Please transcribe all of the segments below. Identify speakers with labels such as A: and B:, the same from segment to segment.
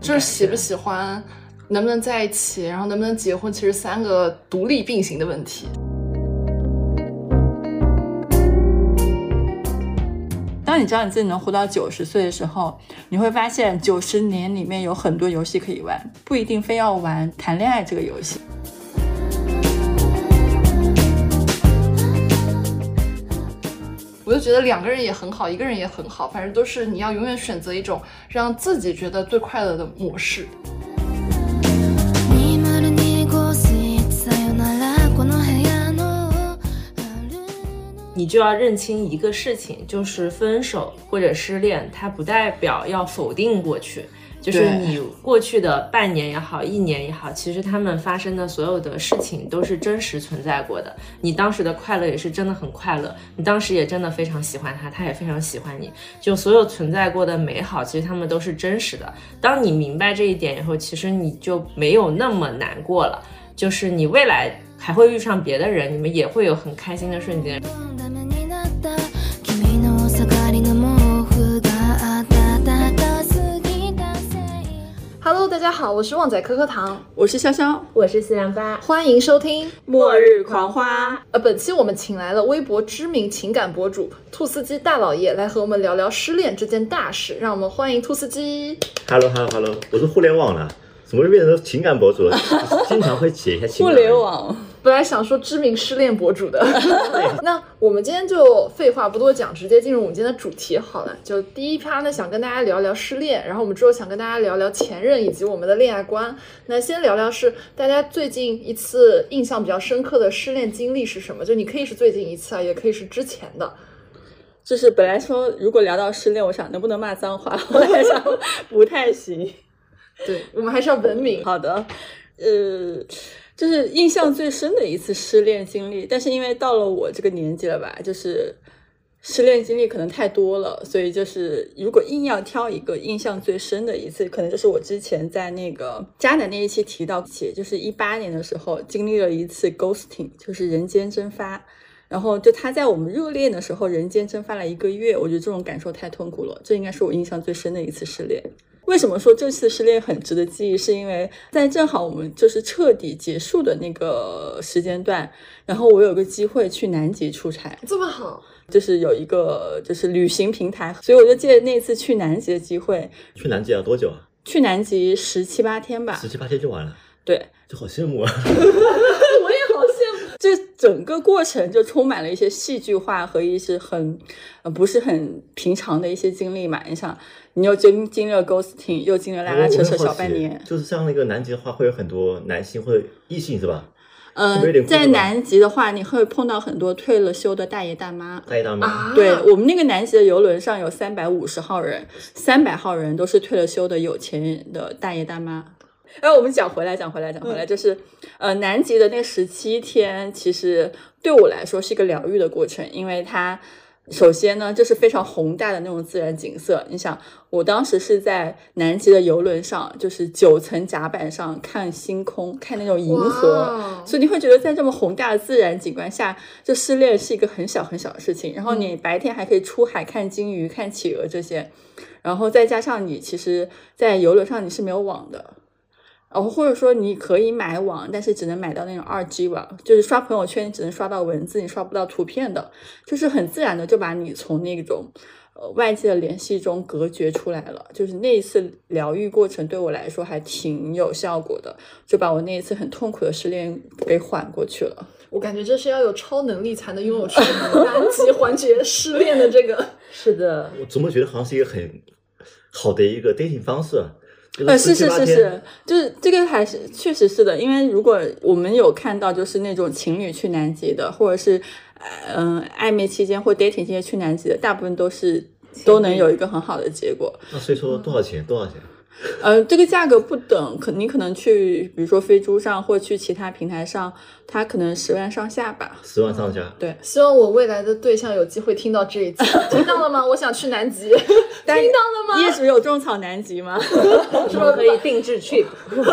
A: 就是喜不喜欢，能不能在一起，然后能不能结婚，其实三个独立并行的问题。
B: 当你知道你自己能活到九十岁的时候，你会发现九十年里面有很多游戏可以玩，不一定非要玩谈恋爱这个游戏。
A: 我就觉得两个人也很好，一个人也很好，反正都是你要永远选择一种让自己觉得最快乐的模式。
C: 你就要认清一个事情，就是分手或者失恋，它不代表要否定过去，就是
B: 对
C: 你过去的半年也好，一年也好，其实他们发生的所有的事情都是真实存在过的。你当时的快乐也是真的很快乐，你当时也真的非常喜欢他，他也非常喜欢你，就所有存在过的美好，其实他们都是真实的。当你明白这一点以后，其实你就没有那么难过了，就是你未来。还会遇上别的人，你们也会有很开心的瞬间，
A: Hello，大家好，我是旺仔可可糖，
B: 我是潇潇，
C: 我是四两八，
A: 欢迎收听。
C: 末日狂花。
A: 呃，本期我们请来了微博知名情感博主兔司机大老爷来和我们聊聊失恋这件大事，让我们欢迎兔司机。
D: h e l l o h e l l o h e l l o 我是互联网的，怎么就变成情感博主了？经常会写一些情
B: 互
D: 感。
B: 联网。
A: 本来想说知名失恋博主的，那我们今天就废话不多讲，直接进入我们今天的主题好了。就第一趴呢，想跟大家聊聊失恋，然后我们之后想跟大家聊聊前任以及我们的恋爱观。那先聊聊是大家最近一次印象比较深刻的失恋经历是什么？就你可以是最近一次啊，也可以是之前的。
B: 就是本来说如果聊到失恋，我想能不能骂脏话， 后来想不太行。
A: 对我们还是要文明。
B: 好的，呃，就是印象最深的一次失恋经历，但是因为到了我这个年纪了吧，就是失恋经历可能太多了，所以就是如果硬要挑一个印象最深的一次，可能就是我之前在那个渣男那一期提到起，就是一八年的时候经历了一次 ghosting，就是人间蒸发。然后就他在我们热恋的时候，人间蒸发了一个月，我觉得这种感受太痛苦了，这应该是我印象最深的一次失恋。为什么说这次失恋很值得记忆？是因为在正好我们就是彻底结束的那个时间段，然后我有个机会去南极出差，
A: 这么好，
B: 就是有一个就是旅行平台，所以我就借那次去南极的机会，
D: 去南极要多久啊？
B: 去南极十七八天吧
D: 十，七八天就完了，
B: 对，
D: 就好羡慕啊！
B: 我也好羡慕。这整个过程就充满了一些戏剧化和一些很，呃，不是很平常的一些经历嘛。你想，你又经经历了 ghosting，又经历了拉拉扯扯
D: 哦我也好奇
B: 啊小半年，
D: 就是像那个南极的话，会有很多男性或者异性是吧？
B: 呃
D: 特别有点，孤独
B: 在
D: 吧
B: 南极的话，你会碰到很多退了休的大爷大妈。
D: 大爷大妈、
A: 啊
B: 对我们那个南极的游轮上有三百五十号人，三百号人都是退了休的有钱人的大爷大妈。哎，我们讲回来，讲回来，讲
A: 嗯
B: 回来，就是呃，南极的那十七天，其实对我来说是一个疗愈的过程，因为它首先呢，这是非常宏大的那种自然景色。你想，我当时是在南极的游轮上，就是九层甲板上看星空，看那种银
A: 哇哦
B: 河，所以你会觉得在这么宏大的自然景观下，就失恋是一个很小很小的事情。然后你白天还可以出海看鲸鱼、看企鹅这些，然后再加上你其实，在游轮上你是没有网的。然后或者说你可以买网，但是只能买到那种二 G 网，就是刷朋友圈你只能刷到文字，你刷不到图片的，就是很自然的就把你从那种呃外界的联系中隔绝出来了。就是那一次疗愈过程对我来说还挺有效果的，就把我那一次很痛苦的失恋给缓过去了。
A: 我感觉这是要有超能力才能拥有去 南极缓解失恋的这个。
C: 是的，
D: 我怎么觉得好像是一个很好的一个 dating 方式啊？
B: 呃，
D: 就
B: 是
D: 是十七八
B: 是
D: 天
B: 是，就是这个还是确实是的，因为如果我们有看到就是那种情侣去南极的，或者是呃嗯、暧昧期间或 dating 期间去南极的，大部分都是都能有一个很好的结果。
D: 那所以说多少钱？多少钱？
B: 呃，这个价格不等，可你可能去比如说飞猪上或去其他平台上，它可能十万上下吧。
D: 十万上下。
B: 对，
A: 希望我未来的对象有机会听到这 一集，听到了吗？我想去南 极，
B: 但
A: 听到了吗？
B: 业主有种草南极吗？
C: 是不是可以定制 trip？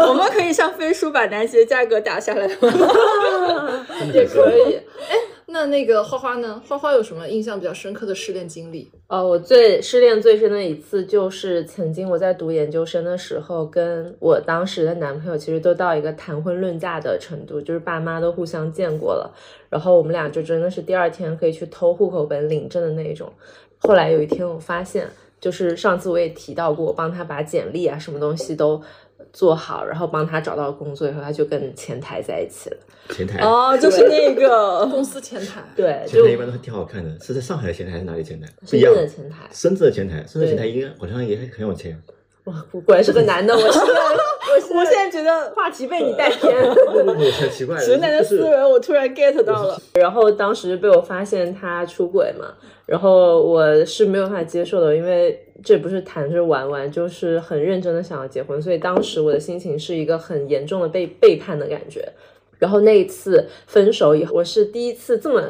B: 我们可以上飞书把南极的价格打下来吗？
D: 这么
A: 也
D: 回事
A: 可以。哎，那那个花花呢？花花有什么印象比较深刻的失恋经历？
C: 呃，我最失恋最深的一次，就是曾经我在读研究生的时候，跟我当时的男朋友其实都到一个谈婚论嫁的程度，就是爸妈都互相见过了，然后我们俩就真的是第二天可以去偷户口本领证的那一种。后来有一天我发现，就是上次我也提到过，我帮他把简历啊什么东西都做好，然后帮他找到工作以后，他就跟前台在一起了。
D: 前台，
B: 哦，就是那个，
A: 公司前台，
C: 对，
D: 前
C: 就
D: 台一般都还挺好看的，是在上海的前台还是哪里前台？不
C: 深
D: 一样
C: 圳，的前台。
D: 深圳的前台，深圳前台应该好像也还很有钱。
C: 哇，果然是个男的，我 现在
B: 我现在觉得呃
C: 话题被你带偏了。
D: 不不不，很奇怪，
B: 直男的
D: 就是
B: 思维我突然 get 到了。
C: 然后当时被我发现他出轨嘛，然后我是没有办法接受的，因为这不是谈着玩玩，就是很认真的想要结婚，所以当时我的心情是一个很严重的被背叛的感觉。然后那一次分手以后，我是第一次这么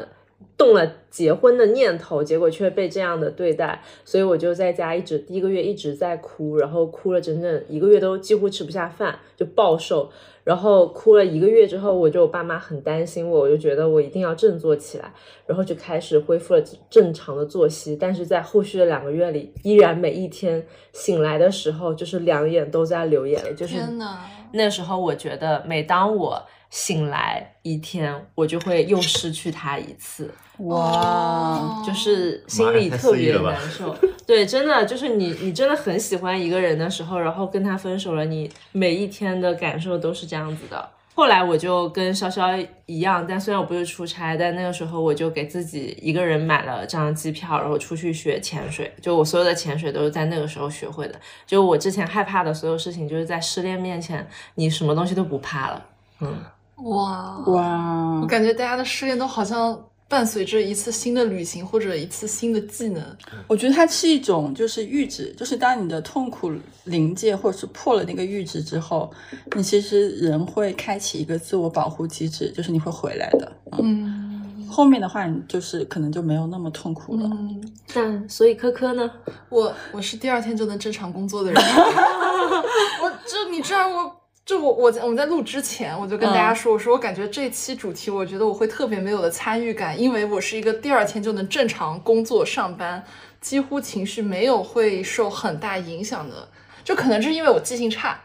C: 动了结婚的念头，结果却被这样的对待，所以我就在家一直第一个月一直在哭，然后哭了整整一个月都几乎吃不下饭，就暴瘦。然后哭了一个月之后，我就我爸妈很担心我，我就觉得我一定要振作起来，然后就开始恢复了正常的作息。但是在后续的两个月里，依然每一天醒来的时候，就是两眼都在流眼泪，就是
A: 哪！
C: 那时候我觉得，每当我醒来一天，我就会又失去他一次，哦
A: 哇
C: 就是心里特别难受。对，真的就是你，你真的很喜欢一个人的时候，然后跟他分手了，你每一天的感受都是这样子的。后来我就跟潇潇一样，但虽然我不是出差，但那个时候我就给自己一个人买了张机票，然后出去学潜水。就我所有的潜水都是在那个时候学会的。就我之前害怕的所有事情，就是在失恋面前，你什么东西都不怕了。嗯，
A: 哇！
B: 哇
A: 我感觉大家的失恋都好像伴随着一次新的旅行或者一次新的技能。
B: 我觉得它是一种就是阈值，就是当你的痛苦临界或者是破了那个阈值之后，你其实人会开启一个自我保护机制，就是你会回来的。
A: 嗯
B: 后面的话，你就是可能就没有那么痛苦了。
A: 嗯，
C: 但所以科科呢？
A: 我我是第二天就能正常工作的人。 我这你知道我。就我我在我们在录之前，我就跟大家说，我说我感觉这期主题，我觉得我会特别没有的参与感，因为我是一个第二天就能正常工作上班，几乎情绪没有会受很大影响的。就可能是因为我记性差，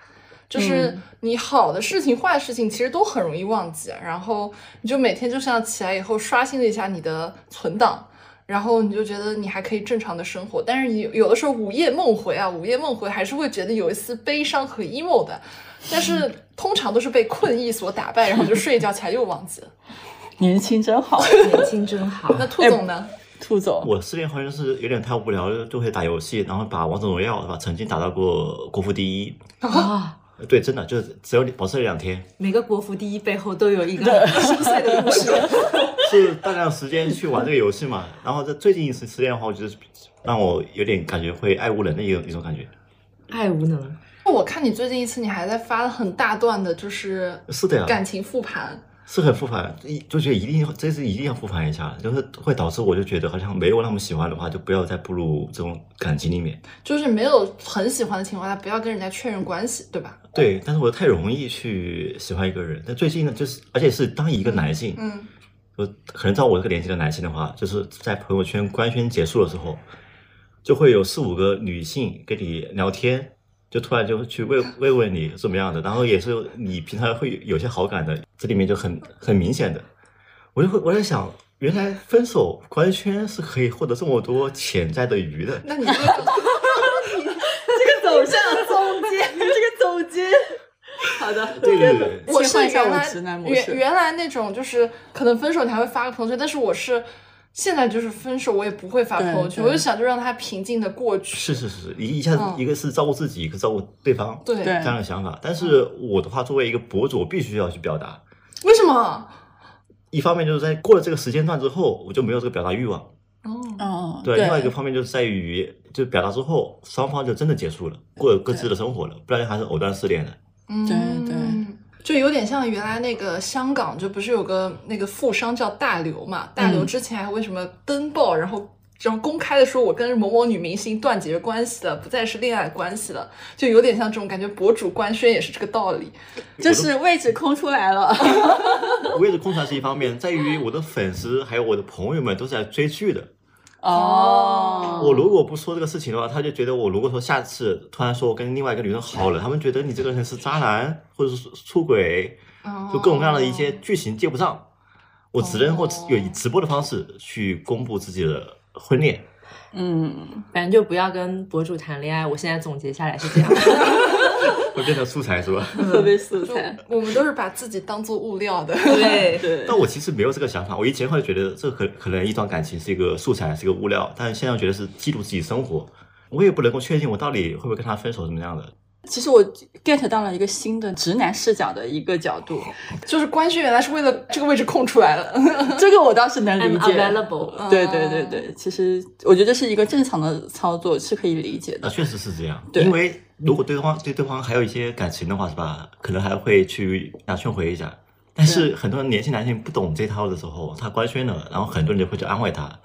A: 就是你好的事情、坏的事情其实都很容易忘记，然后你就每天就像起来以后刷新了一下你的存档，然后你就觉得你还可以正常的生活，但是你有的时候午夜梦回啊，午夜梦回还是会觉得有一丝悲伤和 emo 的，但是通常都是被困意所打败，然后就睡一觉起来又忘记了。
B: 年轻真 好，
C: 年轻真 好。
A: 那兔总呢？
B: 兔总。
D: 我失恋好像是有点太无聊了，就会打游戏，然后把王者荣耀把曾经打到过国服第一。
C: 啊，
D: 对，真的就是只有保持了两天，
C: 每个国服第一背后都有一个深邃的故事。
D: 是大量时间去玩这个游戏嘛。然后这最近一次失恋的话，我觉得让我有点感觉会爱无能的一种一种感觉。
C: 爱无能，
A: 我看你最近一次你还在发了很大段的，就是
D: 是的呀，
A: 感情复盘。
D: 是很复盘，一就觉得一定要，这次一定要复盘一下，就是会导致我就觉得好像没有那么喜欢的话，就不要再步入这种感情里面。
A: 就是没有很喜欢的情况下，不要跟人家确认关系，对吧？
D: 对，但是我太容易去喜欢一个人。但最近呢，就是而且是当一个男性，
A: 嗯，
D: 就可能照我这个年纪的男性的话，就是在朋友圈官宣结束的时候，就会有四五个女性跟你聊天，就突然就去问慰问你怎么样的，然后也是你平常会有些好感的，这里面就很很明显的，我就会我在想，原来分手官宣是可以获得这么多潜在的鱼的，
A: 那你就
B: 这个走向总结， 这个总结。好的，
D: 对对对。
A: 我
B: 切换
A: 是
B: 一下
A: 原
B: 我
A: 来
B: 直男模
A: 原
B: 式。
A: 原来那种就是可能分手你还会发个朋友圈，但是我是现在就是分手我也不会发朋友圈，
B: 对对
A: 我就想就让它平静的过去。
D: 是是是是，一一下子
A: 嗯
D: 一个是照顾自己，一个照顾对方，
A: 对，
B: 对
D: 这样的想法。但是我的话，作为一个博主，我必须要去表达。
A: 为什么？
D: 一方面就是在过了这个时间段之后，我就没有这个表达欲望。
A: 哦，
B: 哦，
D: 对，另外一个方面就是在于，就表达之后，双方就真的结束了，过了各自的生活了，不然还是藕断丝连的。
A: 嗯，
B: 对对。
A: 就有点像原来那个香
B: 嗯
A: 港，就不是有个那个富商叫大刘嘛？大刘之前还为什么登报，然后
E: 这种公开的说我跟某某女明星断绝关系了，不再是恋爱关系了，就有点像这种感觉。博主官宣也是这个道理，
B: 就是位置空出来了。
D: 位置空出来是一方面，在于我的粉丝还有我的朋友们都是来追剧的。
B: 哦，
D: 我如果不说这个事情的话，他就觉得我如果说下次突然说我跟另外一个女生好了，他们觉得你这个人是渣男或者是出轨，就各种各样的一些剧情接不上。我只能够有以直播的方式去公布自己的婚恋。
B: 嗯，
C: 反正就不要跟博主谈恋爱。我现在总结下来是这样。
D: 会变成素材是吧？
B: 特别素
E: 就
B: 材。
E: 我们都是把自己当做物料的。
C: 对，
B: 对，
D: 但我其实没有这个想法，我以前会觉得这可可能一段感情是一个素材，是一个物料，但现在我觉得是记录自己生活。我也不能够确定我到底会不会跟他分手什么样的。
B: 其实我 get 到了一个新的直男视角的一个角度，
E: 就是官宣原来是为了这个位置空出来了，
B: 这个我倒是能理
C: ，I'm
B: 解。
C: available。
B: 对对对
E: 嗯
B: 对，其实我觉得这是一个正常的操作，是可以理解的。
D: 那呃确实是这样，
B: 对
D: 因为如果对方对对方还有一些感情的话，是吧？可能还会去想劝回一下。但是很多年轻男性不懂这套的时候，他官宣了，然后很多人就会去安慰他，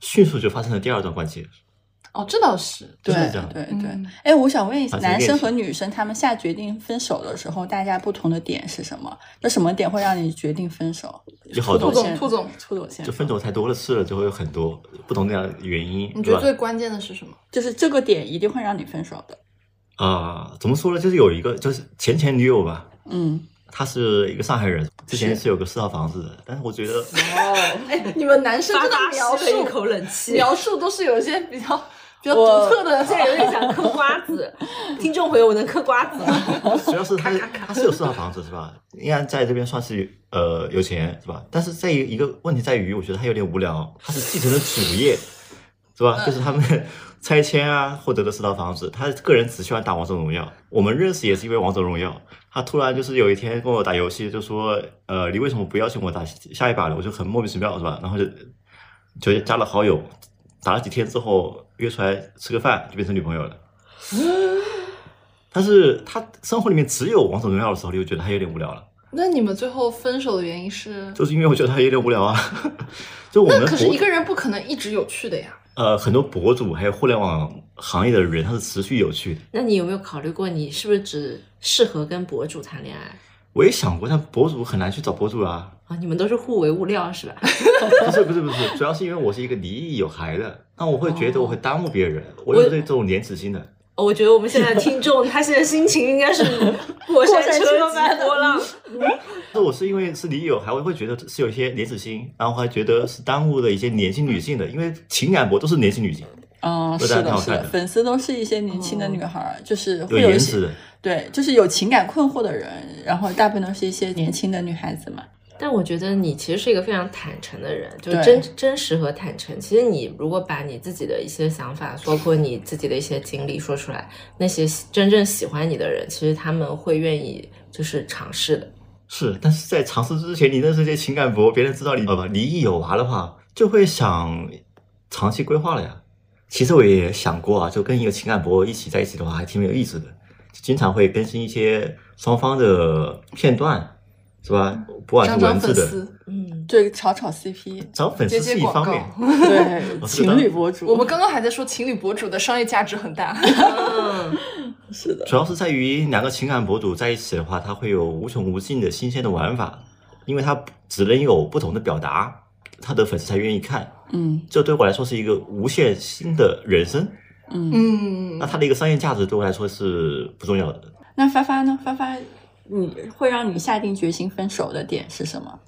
D: 迅速就发生了第二段关系。
E: 哦，这倒是
B: 对
D: 就是这
B: 对
D: 样
B: 对
E: 嗯，
B: 哎，我想问一下，
D: 反正
B: 男生
D: 练习
B: 和女生他们下决定分手的时候，大家不同的点是什么？就什么点会让你决定分手？
D: 有好多
B: 兔先
E: 兔总兔
B: 兔总先
D: 就，分手太多了次了，就会有很多不同的原因，
E: 你觉
D: 对
E: 得
D: 吧？
E: 最关键的是什么？
B: 就是这个点一定会让你分手的。
D: 啊、怎么说呢？就是有一个就是前前女友吧，
B: 嗯，
D: 她是一个上海人，之前是有个四套房子的，但是我觉得
E: 哎，你们男生
C: 发
E: 真的
C: 发
E: 描
C: 吸一
E: 述
C: 口冷气，
E: 描述都是有一些比较比较
B: 我
E: 独特的，
C: 现在有点想嗑瓜子。 听众朋友，我能嗑瓜子吗？
D: 主要是她她是有四套房子是吧？应该在这边算是呃有钱是吧？但是在一个问题在于，我觉得她有点无聊，她是继承了主业是吧？就是他们 拆迁啊获得的四套房子，她个人只喜欢打王者荣耀。我们认识也是因为王者荣耀，她突然就是有一天跟我打游戏，就说呃你为什么不邀请我打下一把了？我就很莫名其妙是吧？然后就就加了好友，打了几天之后约出来吃个饭，就变成女朋友了。但是他生活里面只有王者荣耀的时候，你就觉得他有点无聊了，
E: 那你们最后分手的原因是？
D: 就是因为我觉得他有点无聊啊。 就我们
E: 那可是
D: 博
E: 一个人不可能一直有趣的呀。
D: 呃很多博主还有互联网行业的人，他是持续有趣的。
C: 那你有没有考虑过，你是不是只适合跟博主谈恋爱？
D: 我也想过，但博主很难去找博主 啊。
C: 啊，你们都是互为物料 是吧？
D: 不是不是不是，主要是因为我是一个离异有孩的，那我会觉得我会耽误别人，我有对这种廉耻心的。
C: 哦我觉得我们现在的听众，他现在心情应该是 过山
B: 山
C: 车
B: 车般
C: 级波浪。
D: 那我是因为是离友还会会觉得是有一些廉耻心，然后还觉得是耽误了一些年轻女性的，因为情感博都是年轻女性，
B: 哦，
D: 不
B: 是
D: 太
B: 的，
D: 好
B: 是的，
D: 看的
B: 粉丝都是一些年轻
E: 嗯
B: 的女孩儿，就是
D: 有
B: 会有
D: 颜
B: 一
D: 值
B: 些
D: 的。
B: 对，就是有情感困惑的人，然后大部分都是一些年轻的女孩子嘛。
C: 但我觉得你其实是一个非常坦诚的人，就是
B: 对
C: 真真实和坦诚。其实你如果把你自己的一些想法，包括你自己的一些经历说出来，那些喜真正喜欢你的人，其实他们会愿意就是尝试的。
D: 是，但是在尝试之前，你认识这些情感博，别人知道你呃不离异有娃的话，就会想长期规划了呀。其实我也想过啊，就跟一个情感博一起在一起的话，还挺有意思的。就经常会更新一些双方的片段，是吧？不管
E: 张
D: 是
E: 张
D: 文字
E: 粉
D: 的，
E: 丝，
C: 嗯，
B: 对，炒炒 CP，
D: 找粉丝
E: 接接
D: 是一
E: 广
D: 方
E: 告
D: 面，
B: 对，情侣博主，
E: 我们刚刚还在说情侣博主的商业价值很大，
B: 是的，
D: 主要是在于两个情感博主在一起的话，它会有无穷无尽的新鲜的玩法，因为它只能有不同的表达，他的粉丝才愿意看。
B: 嗯
D: 这对我来说是一个无限新的人生。
B: 嗯。
E: 嗯
D: 那，它的一个商业价值对我来说是不重要的。
B: 那发发呢？发发，你会让你下定决心分手的点是什么？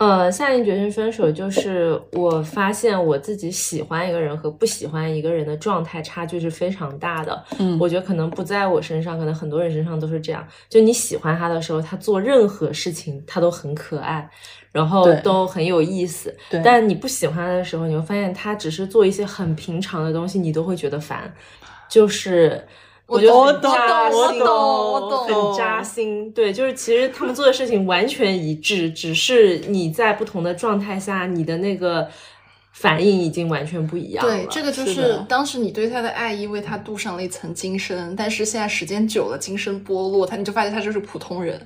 C: 呃，下定决心分手，就是我发现我自己喜欢一个人和不喜欢一个人的状态差距是非常大的。
B: 嗯
C: 我觉得可能不在我身上，可能很多人身上都是这样。就你喜欢他的时候，他做任何事情他都很可爱，然后
B: 对
C: 都很有意思。
B: 对，
C: 但你不喜欢他的时候，你会发现他只是做一些很平常的东西，你都会觉得烦。就是
E: 我
C: 觉得
E: 懂
C: 很扎
E: 我
C: 心
E: 懂我懂我懂
C: 很扎心。对，就是其实他们做的事情完全一致，只是你在不同的状态下，你的那个反应已经完全不一样了。
E: 对，这个就是
B: 的
E: 是当时你对他的爱意为他镀上了一层金身，但是现在时间久了，金身剥落，他你就发现他就是普通人。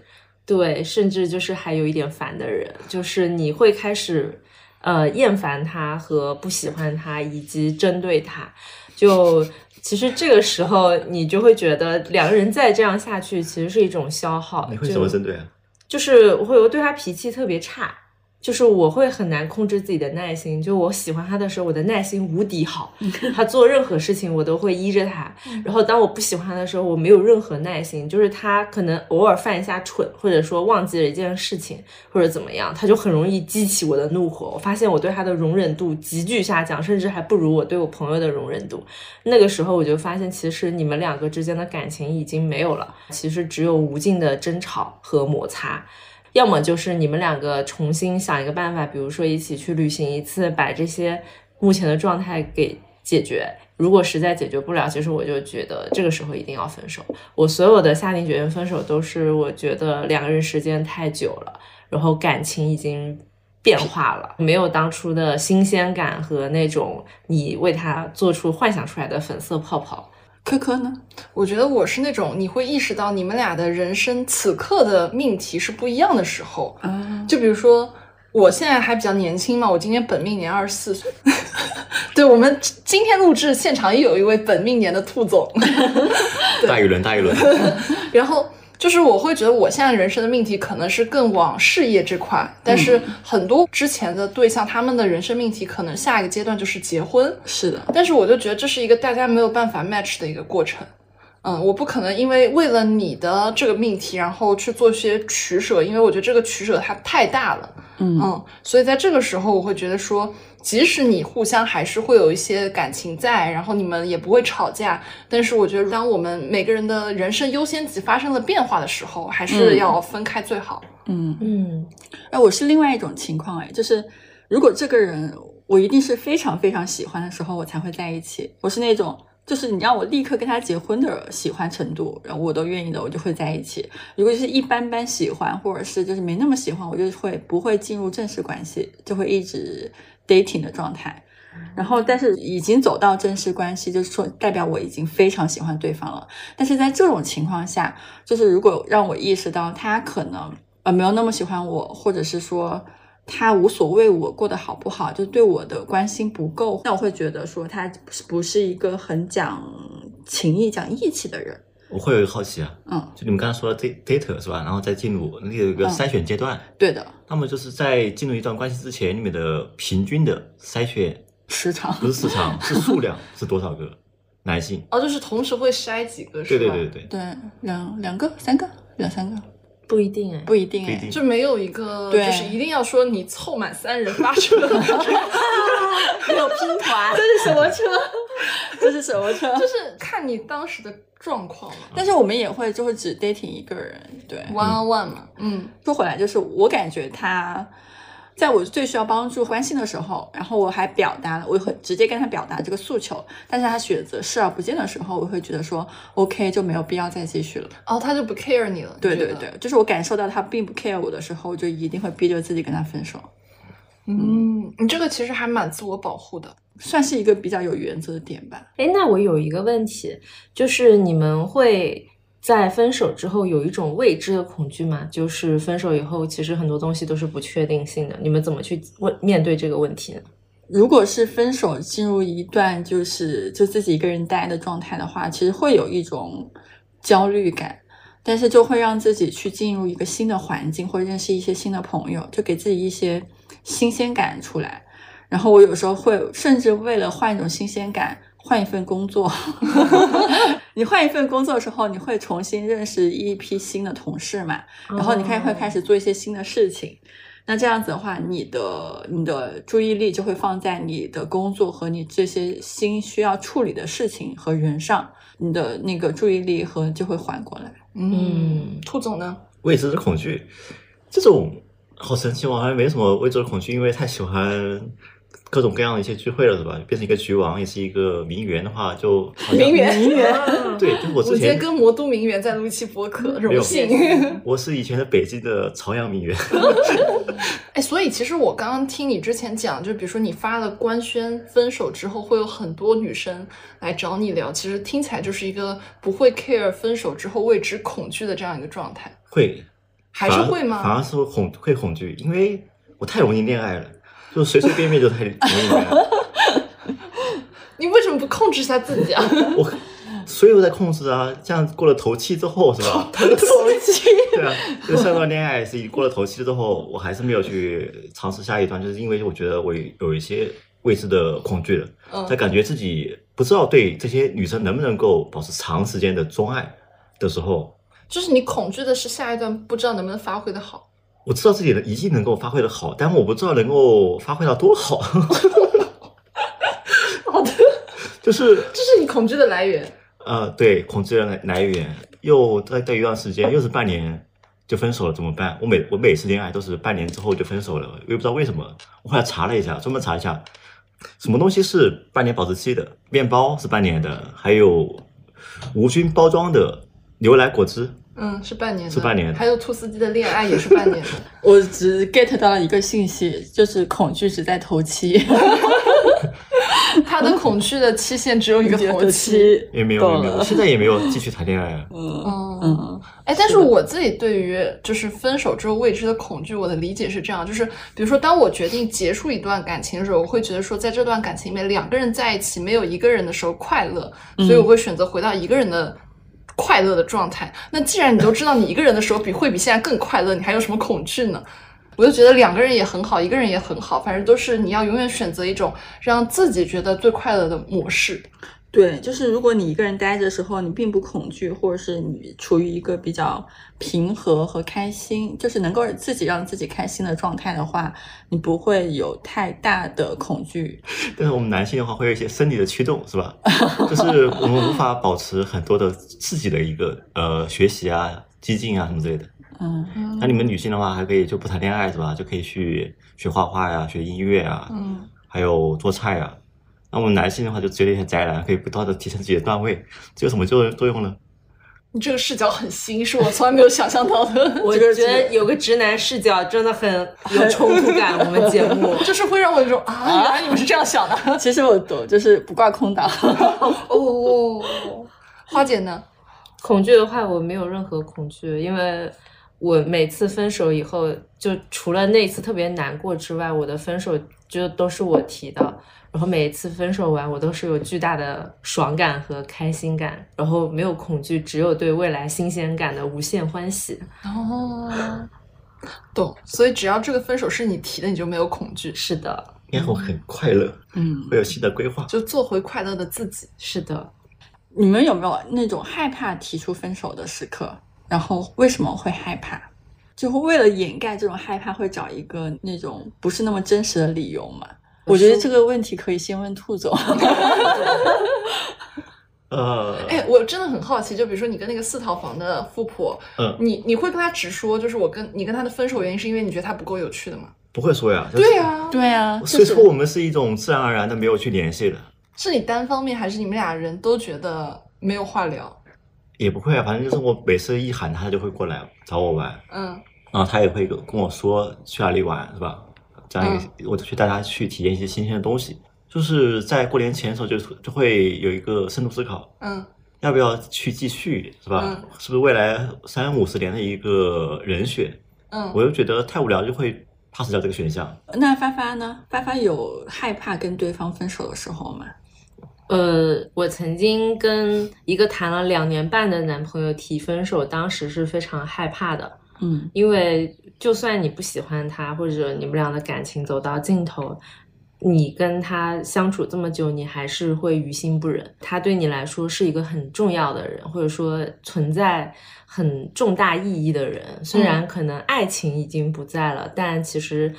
C: 对，甚至就是还有一点烦的人，就是你会开始。呃厌烦他和不喜欢他，以及针对他，就。其实这个时候，你就会觉得两个人再这样下去，其实是一种消耗。
D: 你会
C: 就
D: 怎么针对啊？
C: 就是我有对他脾气特别差，就是我会很难控制自己的耐心。就我喜欢他的时候，我的耐心无敌好，他做任何事情我都会依着他。然后当我不喜欢他的时候，我没有任何耐心。就是他可能偶尔犯一下蠢，或者说忘记了一件事情，或者怎么样，他就很容易激起我的怒火。我发现我对他的容忍度急剧下降，甚至还不如我对我朋友的容忍度。那个时候我就发现，其实你们两个之间的感情已经没有了，其实只有无尽的争吵和摩擦。要么就是你们两个重新想一个办法，比如说一起去旅行一次，把这些目前的状态给解决。如果实在解决不了，其实我就觉得这个时候一定要分手。我所有的下定决心分手，都是我觉得两个人时间太久了，然后感情已经变化了，没有当初的新鲜感和那种你为他做出幻想出来的粉色泡泡。
B: 科科呢？
A: 我觉得我是那种你会意识到你们俩的人生此刻的命题是不一样的时候。
B: 啊，
A: 就比如说，我现在还比较年轻嘛，我今年本命年二十四岁。 对，我们今天录制现场也有一位本命年的兔总。
D: 大一轮，大一轮，
A: 然后就是我会觉得我现在人生的命题可能是更往事业这块，但是很多之前的对象他们的人生命题可能下一个阶段就是结婚，
B: 是的，
A: 但是我就觉得这是一个大家没有办法 match 的一个过程。嗯，我不可能因为为了你的这个命题，然后去做些取舍，因为我觉得这个取舍它太大了。
B: 嗯
A: 嗯，所以在这个时候，我会觉得说，即使你互相还是会有一些感情在，然后你们也不会吵架，但是我觉得，当我们每个人的人生优先级发生了变化的时候，还
D: 嗯
A: 是要分开最好。
B: 嗯。
C: 嗯，
B: 哎，我是另外一种情况，哎，就是如果这个人我一定是非常非常喜欢的时候，我才会在一起。我是那种，就是你让我立刻跟他结婚的喜欢程度，然后我都愿意的，我就会在一起。如果就是一般般喜欢，或者是就是没那么喜欢，我就会不会进入正式关系，就会一直 dating 的状态。然后，但是已经走到正式关系，就是说代表我已经非常喜欢对方了。但是在这种情况下，就是如果让我意识到他可能呃没有那么喜欢我，或者是说他无所谓我过得好不好，就对我的关心不够，那我会觉得说他不是不是一个很讲情义、讲义气的人。
D: 我会有一个好奇啊，
B: 嗯，
D: 就你们刚才说的 date date 是吧？然后再进入那有一个
B: 嗯
D: 筛选阶段，
B: 对的，
D: 那么就是在进入一段关系之前，你们的平均的筛选
B: 时常
D: 不是市场，是数量是多少个男性？
A: 哦，就是同时会筛几个，
D: 对
A: 是吧？
D: 对对对，
B: 对两两个、三个、两三个
C: 不一定哎，
B: 不一定
D: 不一
B: 哎，
D: 定
A: 就没有一个，
B: 对
A: 就是一定要说你凑满三人发车，
B: 没有拼团，
A: 这是什么车？
B: 这是什么 车？
A: 就是看你当时的状况嘛
B: 但是我们也会就会只 dating 一个人，对，
A: ，one on one 嘛，嗯，
B: 说回来，就是我感觉他在我最需要帮助、关心的时候，然后我还表达了，我很直接跟他表达这个诉求，但是他选择视而不见的时候，我会觉得说 OK 就没有必要再继续了。
A: 哦，他就不 care 你了，
B: 对
A: 你觉
B: 对
A: 得
B: 对，，就是我感受到他并不 care 我的时候，我就一定会逼着自己跟他分手，
A: 嗯，你这个其实还蛮自我保护的，
B: 算是一个比较有原则的点吧。
C: 哎，那我有一个问题，就是你们会在分手之后有一种未知的恐惧吗？就是分手以后，其实很多东西都是不确定性的，你们怎么去问面对这个问题呢？
B: 如果是分手进入一段就是就自己一个人待的状态的话，其实会有一种焦虑感，但是就会让自己去进入一个新的环境，或认识一些新的朋友，就给自己一些新鲜感出来。然后我有时候会甚至为了换一种新鲜感，换一份工作。 你换一份工作的时候，你会重新认识一批新的同事嘛？
C: 哦
B: 然后你看会开
C: 始，
B: 始做一些新的事情。那这样子的话，你的你的注意力就会放在你的工作和你这些新需要处理的事情和人上，你的那个注意力和就会缓过来。
C: 嗯
A: 兔总呢？
D: 未知的恐惧，这种好神奇，我好像没什么未知的恐惧，因为太喜欢各种各样的一些聚会了，是吧？变成一个局王，也是一个名媛的话，就好像
A: 名媛，名 媛。
D: 对，就我
A: 我
D: 之
A: 今天
D: 前
A: 跟魔都名媛在录一期播客，
D: 没
A: 荣
D: 有
A: 幸。
D: 我是以前的北京的朝 阳名媛，
A: 哎，所以其实我刚刚听你之前讲，就比如说你发了官宣分手之后，会有很多女生来找你聊，其实听起来就是一个不会 care 分手之后未知恐惧的这样一个状态，
D: 会
A: 还是
D: 反而
A: 会
D: 反而
A: 吗？
D: 是会恐会恐惧，因为我太容易恋爱了。就随随便便就在里面。
A: 你为什么不控制一下自己啊？
D: 我所以我在控制啊，这样过了头期之后是吧？
B: 头期，
D: 对啊，就上段恋爱是过了头期之后，我还是没有去尝试下一段，就是因为我觉得我有一些未知的恐惧了，
A: 嗯
D: 在感觉自己不知道对这些女生能不能够保持长时间的钟爱的时候，
A: 就是你恐惧的是下一段不知道能不能发挥的好。
D: 我知道自己的一定能够发挥的好，但我不知道能够发挥到多好。
A: 好的，
D: 就是
A: 这是你恐惧的来源。
D: 呃，对，恐惧的来来源又在在一段时间，又是半年就分手了，怎么办？我每我每次恋爱都是半年之后就分手了，我也不知道为什么。我后来查了一下，专门查一下，什么东西是半年保质期的？面包是半年的，还有无菌包装的牛奶果汁。
A: 嗯，是半年的，
D: 是半年的
A: 还有兔司机的恋爱也是半年的。
B: 我只 get 到了一个信息，就是恐惧只在头期，
A: 他的恐惧的期限只有一个头
B: 头
A: 期。
B: 期
D: 也没有，也
B: 懂
D: 没有，我
B: 了，
D: 现在也没有继续谈恋爱啊。
A: 嗯
B: 嗯，
A: 哎，但是我自己对于就是分手之后未知的恐惧，我的理解是这样，就是比如说，当我决定结束一段感情的时候，我会觉得说，在这段感情里面，两个人在一起没有一个人的时候快乐，所以我会选择回到一个人的快乐的状态。那既然你都知道你一个人的时候比会比现在更快乐，你还有什么恐惧呢？我就觉得两个人也很好，一个人也很好，反正都是你要永远选择一种让自己觉得最快乐的模式。
B: 对，就是如果你一个人待着的时候，你并不恐惧，或者是你处于一个比较平和和开心，就是能够自己让自己开心的状态的话，你不会有太大的恐惧。
D: 但是我们男性的话，会有一些生理的驱动，是吧？就是我们无法保持很多的自己的一个呃学习啊、激进啊什么之类的。
B: 嗯，
D: 那你们女性的话，还可以就不谈恋爱是吧？就可以去学画画呀、学音乐啊，
A: 嗯，
D: 还有做菜啊。那我们男性的话，就直接很宅男，可以不断的提升自己的段位，这有什么作作用呢？
A: 你这个视角很新，是我从来没有想象到的。
C: 我
B: 这个
C: 觉得有个直男视角真的很有冲突 感。我们节目
A: 就是会让我有种啊，原来你们是这样想的
B: 其实我懂，就是不挂空档。
A: 哦。花姐呢？
C: 恐惧的话，我没有任何恐惧，因为我每次分手以后，就除了那一次特别难过之外，我的分手就都是我提的。然后每一次分手完，我都是有巨大的爽感和开心感，然后没有恐惧，只有对未来新鲜感的无限欢喜。
A: 哦，懂。所以只要这个分手是你提的，你就没有恐惧，
C: 是的，
D: 应该会很快乐，
B: 嗯，
D: 会有新的规划。
A: 就做回快乐的自己。
C: 是的，
B: 你们有没有那种害怕提出分手的时刻？然后为什么会害怕？就会为了掩盖这种害怕，会找一个那种不是那么真实的理由嘛？我觉得这个问题可以先问兔总。
D: 呃，
A: 哎，我真的很好奇，就比如说你跟那个四套房的富婆，
D: 嗯，
A: 你你会跟她直说，就是我跟你跟她的分手原因是因为你觉得她不够有趣的吗？
D: 不会说呀。
A: 对、啊，
B: 对啊，
D: 所
B: 就
D: 以
B: 是
D: 说我们是一种自然而然的没有去联系的。
A: 是你单方面还是你们俩人都觉得没有话聊？
D: 也不会啊，反正就是我每次一喊他，他就会过来找我玩，
A: 嗯
D: 然后他也会跟跟我说去哪里玩，是吧？这样一个，
A: 嗯
D: 我就去带他去体验一些新鲜的东西。就是在过年前的时候就，就会有一个深度思考，
A: 嗯
D: 要不要去继续，是吧？
A: 嗯
D: 是不是未来三五十年的一个人选？
A: 嗯，啊
D: 我就觉得太无聊，就会 pass 掉这个选项。
B: 那发发呢？发发有害怕跟对方分手的时候吗？
C: 呃，我曾经跟一个谈了两年半的男朋友提分手，当时是非常害怕的。
B: 嗯，
C: 因为就算你不喜欢他，或者你们俩的感情走到尽头，你跟他相处这么久，你还是会于心不忍。他对你来说是一个很重要的人，或者说存在很重大意义的人。虽然可能爱情已经不在了，但其实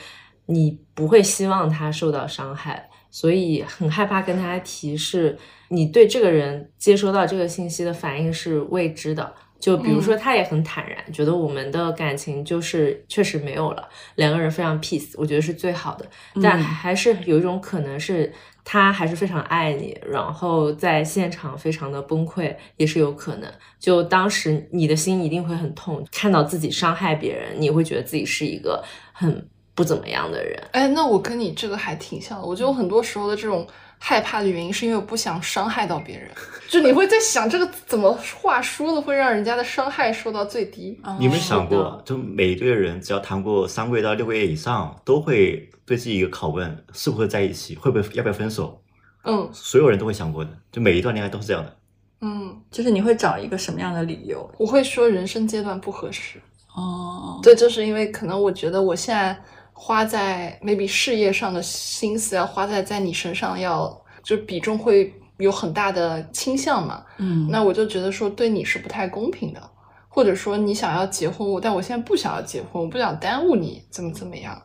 C: 你不会希望他受到伤害。所以很害怕跟他提示，你对这个人接收到这个信息的反应是未知的。就比如说，他也很坦然，觉得我们的感情就是确实没有了，两个人非常 peace，我觉得是最好的。但
B: 嗯
C: 还是有一种可能是，他还是非常爱你，然后在现场非常的崩溃，也是有可能。就当时你的心一定会很痛，看到自己伤害别人，你会觉得自己是一个很。不怎么样的人。
A: 哎，那我跟你这个还挺像的。我觉得我很多时候的这种害怕的原因，是因为我不想伤害到别人。就你会在想这个怎么话说的会让人家的伤害受到最低。
B: 啊嗯
D: 你有没有想过，就每一个人只要谈过三个月到六个月以上，都会对自己一个拷问：是不是在一起？会不会要不要分手？
A: 嗯
D: 所有人都会想过的，就每一段恋爱都是这样的。
A: 嗯，
B: 就是你会找一个什么样的理由？
A: 我会说人生阶段不合适。
B: 哦，
A: 对，就是因为可能我觉得我现在花在 maybe 事业上的心思，要花在在你身上要，就是比重会有很大的倾向嘛。
B: 嗯
A: 那我就觉得说对你是不太公平的，或者说你想要结婚，我但我现在不想要结婚，我不想耽误你，怎么怎么样？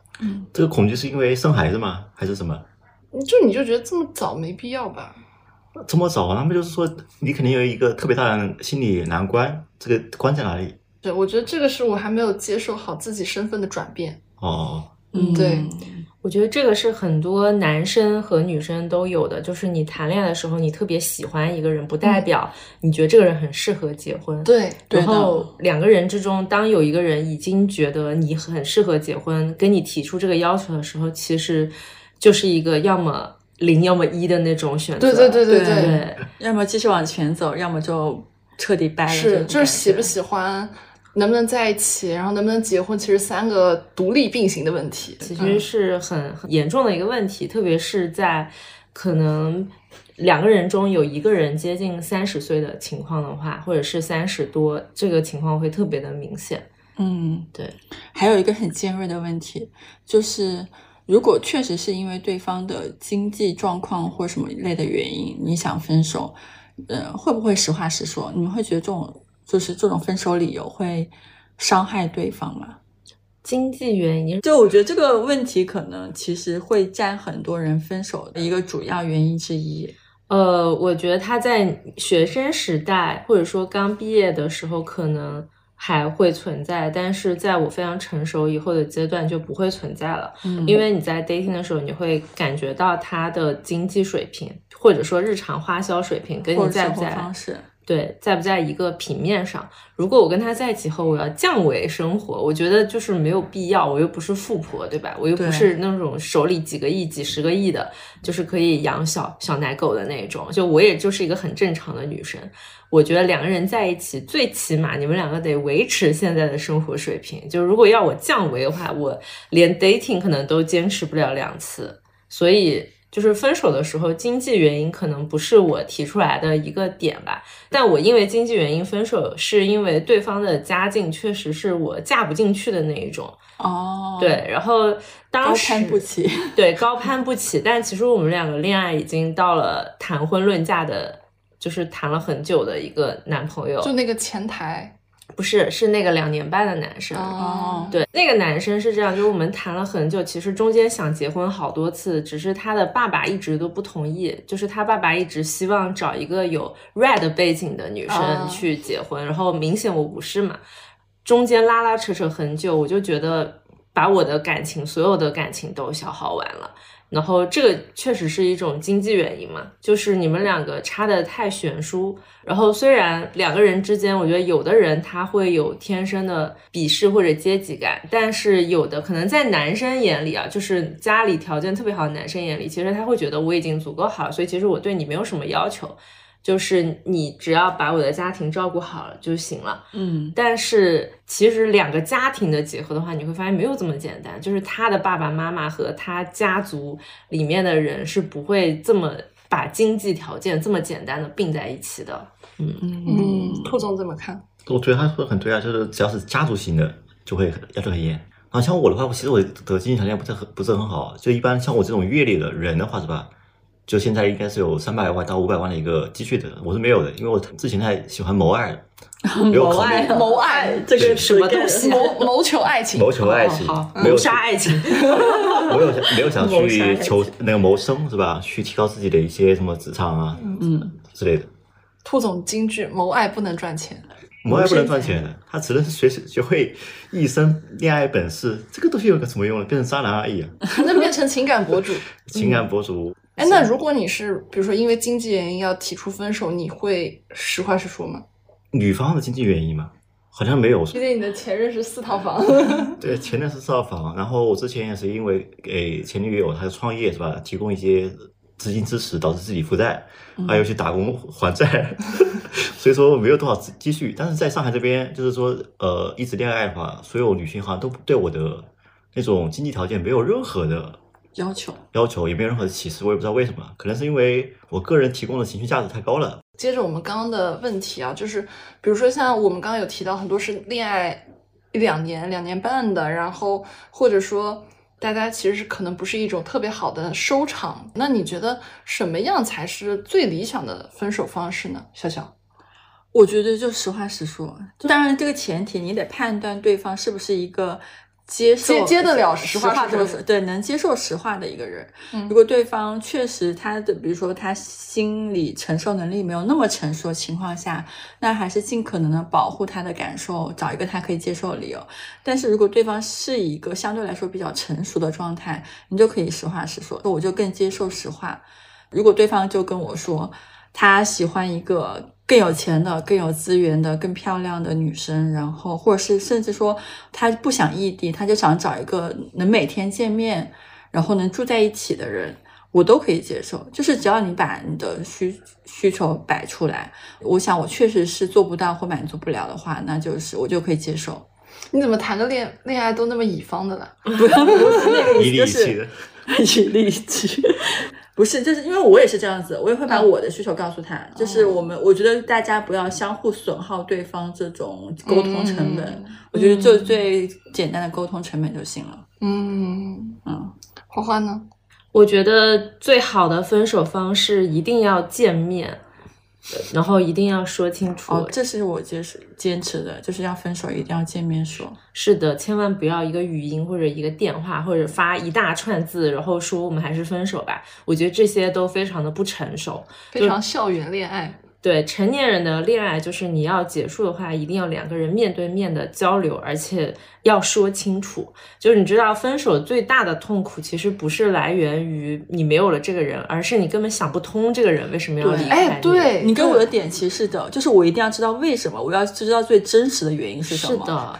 D: 这个恐惧是因为生孩子吗？还是什么？
A: 嗯就你就觉得这么早没必要吧？
D: 这么早啊，那么就是说你肯定有一个特别大的心理难关，这个关在哪里？
A: 对，我觉得这个是我还没有接受好自己身份的转变。
D: 哦，
B: 嗯，
A: 对
C: 我觉得这个是很多男生和女生都有的，就是你谈恋爱的时候，你特别喜欢一个人，不代表你觉得这个人很适合结婚。
A: 嗯对，
B: 对
C: 然
B: 的
C: 后两个人之中，当有一个人已经觉得你很适合结婚，跟你提出这个要求的时候，其实就是一个要么零要么一的那种选择。
A: 对对对对
B: 对
A: 对，
C: 对
B: 要么继续往前走，要么就彻底掰了。
A: 是
B: 这种
A: 就是喜
B: 感
A: 不
B: 觉
A: 喜欢，能不能在一起，然后能不能结婚，其实三个独立并行的问题。
C: 其
A: 嗯
C: 实是很很严重的一个问题，特别是在可能两个人中有一个人接近三十岁的情况的话，或者是三十多，这个情况会特别的明显。
B: 嗯，
C: 对。
B: 还有一个很尖锐的问题，就是如果确实是因为对方的经济状况或什么一类的原因，你想分手，呃，会不会实话实说？你们会觉得这种就是这种分手理由会伤害对方吗？
C: 经济原因，
B: 就我觉得这个问题可能其实会占很多人分手的一个主要原因之一。
C: 呃，我觉得他在学生时代或者说刚毕业的时候可能还会存在，但是在我非常成熟以后的阶段就不会存在了。
B: 嗯
C: 因为你在 dating 的时候，你会感觉到他的经济水平或者说日常花销水平跟
B: 或
C: 你
B: 者
C: 在
B: 生
C: 不
B: 活
C: 在
B: 方式，
C: 对在不在一个平面上。如果我跟他在一起后，我要降维生活，我觉得就是没有必要。我又不是富婆，对吧？我又
B: 对
C: 不是那种手里几个亿、几十个亿的，就是可以养小小奶狗的那种。就我也就是一个很正常的女生。我觉得两个人在一起，最起码你们两个得维持现在的生活水平。就如果要我降维的话，我连 dating 可能都坚持不了两次。所以就是分手的时候，经济原因可能不是我提出来的一个点吧。但我因为经济原因分手，是因为对方的家境确实是我嫁不进去的那一种。
B: 哦，，
C: 对，然后
B: 高
C: 当时
B: 攀不起，
C: 对，高攀不起。但其实我们两个恋爱已经到了谈婚论嫁的，就是谈了很久的一个男朋友，
A: 就那个前台
C: 不是是那个两年半的男生。
A: 哦，
C: 对，那个男生是这样，就是我们谈了很久，其实中间想结婚好多次，只是他的爸爸一直都不同意，就是他爸爸一直希望找一个有 red 背景的女
A: 啊
C: 生去结婚，然后明显我不是嘛，中间拉拉扯扯很久，我就觉得把我的感情所有的感情都消耗完了。然后这个确实是一种经济原因嘛，就是你们两个差的太悬殊。然后虽然两个人之间，我觉得有的人他会有天生的鄙视或者阶级感，但是有的可能在男生眼里啊，就是家里条件特别好的男生眼里，其实他会觉得我已经足够好了，所以其实我对你没有什么要求，就是你只要把我的家庭照顾好了就行了。
B: 嗯，
C: 但是其实两个家庭的结合的话，你会发现没有这么简单。就是他的爸爸妈妈和他家族里面的人是不会这么把经济条件这么简单的并在一起的。
A: 嗯，兔总怎么看？
D: 我觉得他说的很对啊，就是只要是家族型的，就会要求很严。然后像我的话，我其实我的经济条件不是很不是很好，啊就一般像我这种阅历的人的话，是吧？就现在应该是有三百万到五百万的一个积蓄的，我是没有的，因为我之前太喜欢谋 爱，没有
B: 谋
D: 考虑
B: 爱，
A: 谋爱
B: 这个
C: 什么东西啊？
A: 谋谋求爱情，
D: 谋求爱情，
C: 哦好，
D: 没有
C: 谋杀爱 情。
D: 没有想没有想
C: 谋杀爱
D: 去
C: 情
D: 求那个谋生是吧？去提高自己的一些什么职场啊
B: 嗯，
D: 之类的。
A: 兔总金句：谋爱不能赚钱。
D: 谋爱不能赚钱的，他只能学习学会一身恋爱本事，这个东西有个什么用呢？变成渣男而已啊！
A: 那变成情感博 主。
D: 情感博主，
A: 哎，那如果你是比如说因为经济原因要提出分手，你会实话实说吗？
D: 女方的经济原因嘛，好像没有，
E: 毕竟你的前任是四套房，
D: 对，前任是造房，然后我之前也是因为给前女友她创业是吧，提供一些资金支持，导致自己负债，还有去打工还债， 所以说我没有多少积蓄。但是在上海这边，就是说呃，一直恋爱的话，所有女性好像都不对我的那种经济条件没有任何的
B: 要求。
D: 要求，也没有任何的歧视，我也不知道为什么，可能是因为我个人提供的情绪价值太高了。
A: 接着我们刚刚的问题啊，就是比如说像我们刚刚有提到很多是恋爱一两年、两年半的，然后或者说大家其实是可能不是一种特别好的收场。那你觉得什么样才是最理想的分手方式呢？小小，
B: 我觉得就实话实说，当然这个前提你得判断对方是不是一个接受呃
A: 接接得了
B: 实
A: 实
B: 话
A: 话
B: 这个
A: 说
B: 词对能接受实话的一个人。
A: 嗯
B: 如果对方确实他的，比如说他心理承受能力没有那么成熟的情况下，那还是尽可能的保护他的感受，找一个他可以接受的理由。但是如果对方是一个相对来说比较成熟的状态，你就可以实话实说，我就更接受实话。如果对方就跟我说他喜欢一个更有钱的、更有资源的、更漂亮的女生，然后或者是甚至说他不想异地，他就想找一个能每天见面，然后能住在一起的人，我都可以接受。就是只要你把你的需需求摆出来，我想我确实是做不到或满足不了的话，那就是我就可以接 受。
A: 你怎么谈个恋恋爱都那么乙方的了？
B: 不要不是那个
D: 一
B: 意
D: 力一
B: 思， 就是
D: 气的，
B: 一力一气。不是，就是因为我也是这样子，我也会把
A: 嗯
B: 我的需求告诉他。
A: 哦
B: 就是我们，我觉得大家不要相互损耗对方这种沟通成本，
A: 嗯
B: 我觉得就最简单的沟通成本就行了。
A: 嗯，
B: 嗯，
A: 花花呢？
C: 我觉得最好的分手方式一定要见面，然后一定要说清楚。
B: 哦，这是我坚持坚持的，就是要分手一定要见面说。
C: 是的，千万不要一个语音或者一个电话，或者发一大串字，然后说我们还是分手吧。我觉得这些都非常的不成熟。
A: 非常校园恋爱，
C: 对成年人的恋爱，就是你要结束的话，一定要两个人面对面的交流，而且要说清楚。就是你知道，分手最大的痛苦其实不是来源于你没有了这个人，而是你根本想不通这个人为什么要
B: 对
C: 离开你。
A: 哎，对
B: 你跟我的点其实是的，就是我一定要知道为什么，我要知道最真实的原因是什
C: 是
B: 么。，
C: 的，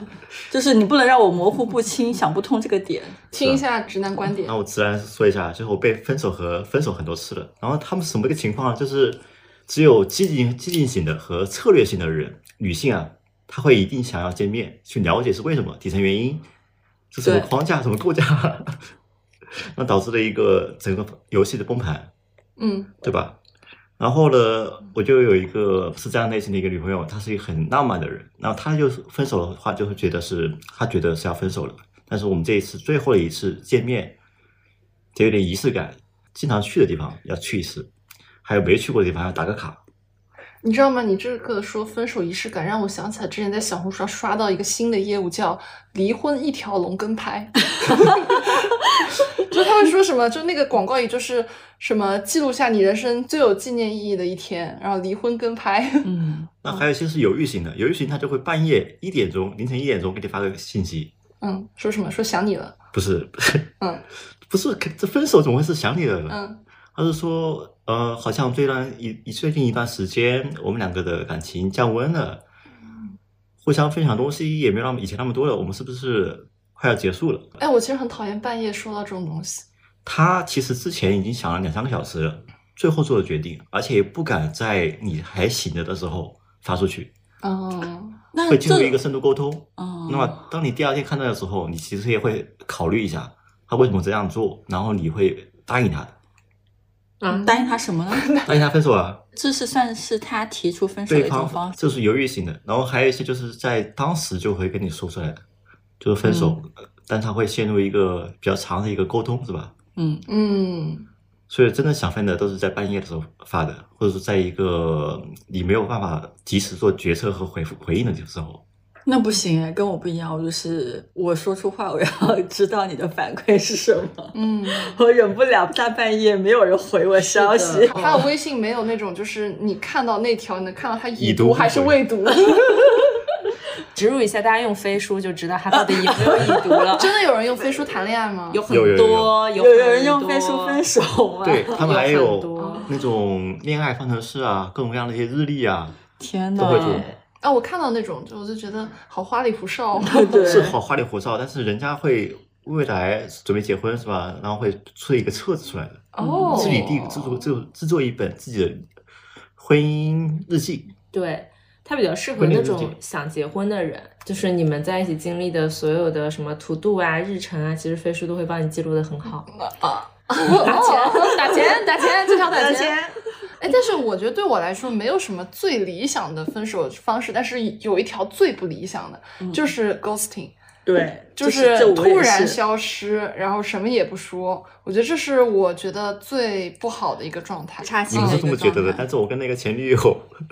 B: 就是你不能让我模糊不清、想不通这个点。
A: 听一下直男观点
D: 那。我自然说一下，就是我被分手和分手很多次了，然后他们是什么个情况啊？就是只有积极积极型的和策略性的人，女性啊，她会一定想要见面，去了解是为什么，底层原因是什么
B: 对
D: 框架、什么构架， 那导致了一个整个游戏的崩盘，
A: 嗯
D: 对吧？然后呢，我就有一个是这样类型的一个女朋友，她是一个很浪漫的人，然后她就是分手的话，就会觉得是她觉得是要分手了。但是我们这一次最后的一次见面，得有点仪式感，经常去的地方要去一次，还有没去过的地方要打个卡。
A: 你知道吗？你这个说分手仪式感，让我想起来之前在小红书上刷到一个新的业务，叫“离婚一条龙跟 拍”，就他会说什么，就那个广告语就是什么记录下你人生最有纪念意义的一天，然后离婚跟拍。
B: 嗯，
D: 那还有一些是犹豫型的，犹豫型他就会半夜一点钟、凌晨一点钟给你发个信息，
A: 嗯，说什么说想你了，
D: 不是，
A: 嗯，
D: 不是，这分手总会是想你的，
A: 嗯
D: 他是说，呃，好像这段一一最近一段时间，我们两个的感情降温了，互相分享东西也没有那么以前那么多了，我们是不是快要结束了？
A: 哎，我其实很讨厌半夜收到这种东西。
D: 他其实之前已经想了两三个小时了，最后做的决定，而且也不敢在你还醒着的时候发出去，
A: 嗯，
B: 那
D: 会
B: 这
D: 进入一个深度沟通。
B: 嗯，
D: 那么当你第二天看到的时候，你其实也会考虑一下他为什么这样做，然后你会答应他的，
C: 嗯，
B: 答应他什么呢？
D: 答应他分手啊。
B: 这是算是他提出分手的
D: 对
B: 一种
D: 方
B: 方式。
D: 就是犹豫型的，然后还有一些就是在当时就会跟你说出来的，就是分手，
B: 嗯
D: 呃但他会陷入一个比较长的一个沟通，是吧？
B: 嗯，
A: 嗯，
D: 所以真正想分的都是在半夜的时候发的，或者说在一个你没有办法及时做决策和回复回应的时候。
B: 那不行哎，跟我不一样，我就是我说出话，我要 知道你的反馈是什么。
A: 嗯，
B: 我忍不了大半 夜没有人回我 消息，
A: 还有微信没有那种，就是你看到那条，你能看到他
D: 已
A: 已
D: 读
A: 读
D: 不
A: 还是
D: 回
A: 未读。
C: 植入一下，大家用飞书就知道他到底有没有已读 了。
A: 真的有人用飞书谈恋爱吗？
C: 有很
D: 有有有
C: 多，
B: 有
C: 有
B: 有人
C: 很
B: 用
C: 多
B: 飞书分手啊吗？
D: 对他们还
C: 有很
D: 有
C: 多
D: 那种恋爱方程式啊，各种各样的一些日历啊，
B: 天
D: 都会做
B: 哪！。
A: 啊，我看到那种，就我就觉得好花里胡哨。
B: 对
D: 是好花里胡哨，但是人家会未来准备结婚是吧？然后会出一个册子出来的，
A: 哦，
D: 自己定制作制作制作一本自己的婚姻日记。
C: 对，它比较适合
D: 婚恋
C: 那
D: 日
C: 种
D: 记
C: 想结婚的人，就是你们在一起经历的所有的什么 to do 啊、日程啊，其实飞书都会帮你记录的很好。
B: 嗯
A: 啊。打钱，哦打钱，打钱，经常打钱。
C: 钱，
A: 哎，但是我觉得对我来说没有什么最理想的分手方式，但是有一条最不理想的，就是 ghosting。
B: 对，
A: 就是
B: 这我也
A: 突然
B: 是
A: 消失，然后什么也不说，我觉得这是我觉得最不好的一个状态。
B: 插旗
D: 你
A: 嗯
D: 们
B: 的一
D: 是这
B: 个
D: 么觉得
A: 状
D: 的，
A: 态
D: 但是我跟那个前女友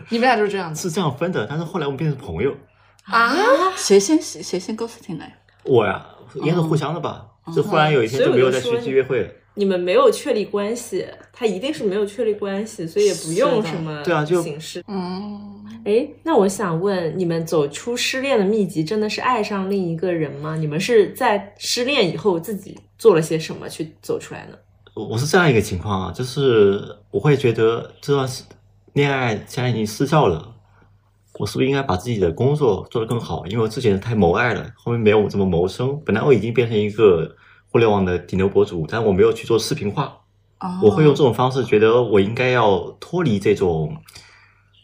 A: 你们俩就是这样子
D: 是这样分的，但是后来我们变成朋友。
A: 啊？
B: 谁先谁谁先 ghosting 来？
D: 我呀，应该是互相的吧。就忽然有一天
C: 所以
D: 就
C: 我
D: 没
C: 就
D: 有再
C: 说
D: 去去
C: 你
D: 约会了。
C: 你们没有确立关系，他一定是没有确立关系，所以也不用
B: 是的
C: 什么
D: 对啊就
C: 形式。
A: 嗯，
C: 哎，那我想问，你们走出失恋的秘籍，真的是爱上另一个人吗？你们是在失恋以后自己做了些什么去走出来呢？
D: 我是这样一个情况啊，就是我会觉得这段时恋爱既然已经失效了，我是不是应该把自己的工作做得更好？因为我之前太谋爱了，后面没有怎么谋生。本来我已经变成一个互联网的顶流博主，但我没有去做视频化，
B: 哦
D: 我会用这种方式，觉得我应该要脱离这种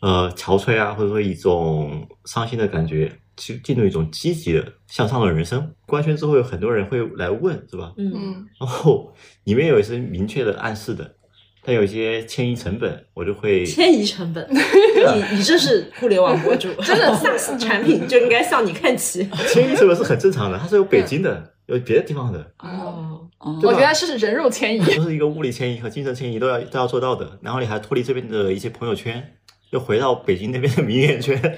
D: 呃憔悴啊，或者说一种伤心的感觉，去进入一种积极的向上的人生。官宣之后，有很多人会来问，是吧？
C: 嗯，
A: 嗯，
D: 然后里面有一些明确的暗示的，但有一些迁移成本，我就会
C: 迁移成 本，你你这是互联网博主，啊真 的 SaaS 产品就应该向你看齐。
D: 迁移成本是很正常的，它是有北京的，有别的地方的，
A: 嗯
C: 哦，
B: 哦
A: 我
D: 对吧
A: 原来是人肉迁移。
D: 就是一个物理迁移和精神迁移都要都要做到的。然后你还脱离这边的一些朋友圈，又回到北京那边的名媛圈。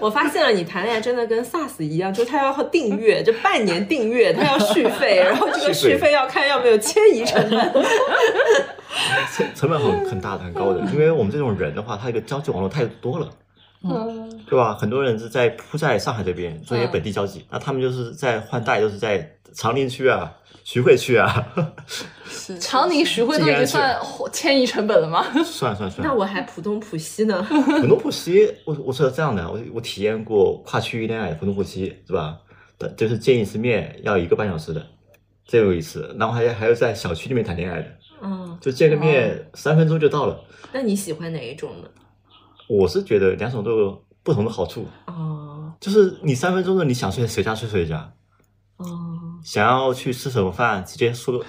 C: 我发现了，你谈恋爱真的跟 SaaS 一样，就是他要订阅，就半年订阅，他要续费，然后这个续费要看要没有迁移成 本。
D: 成本很很大的、很高的，因为我们这种人的话，他这个交际网络太多了，
A: 嗯
D: 对吧？很多人是在扑在上海这边做一些
C: 嗯
D: 本地交际，那他们就是在换代，就是在长宁区啊、徐汇区啊，
B: 是
A: 长宁徐汇都已经算迁移成本了吗？
D: 算算算
C: 那。我还浦东浦西呢，
D: 浦东浦西，我我是这样的，我我体验过跨区域恋爱，浦东浦西是吧？但就是见一次面要一个半小时的，这有一次，然后还还有在小区里面谈恋爱的，
C: 嗯，
D: 就见个面三分钟就到了。
C: 那你喜欢哪一种呢？
D: 我是觉得两种都有不同的好处，
C: 哦
D: 就是你三分钟的你想睡谁家睡谁家，
C: 哦，
D: 想要去吃什么饭，直接说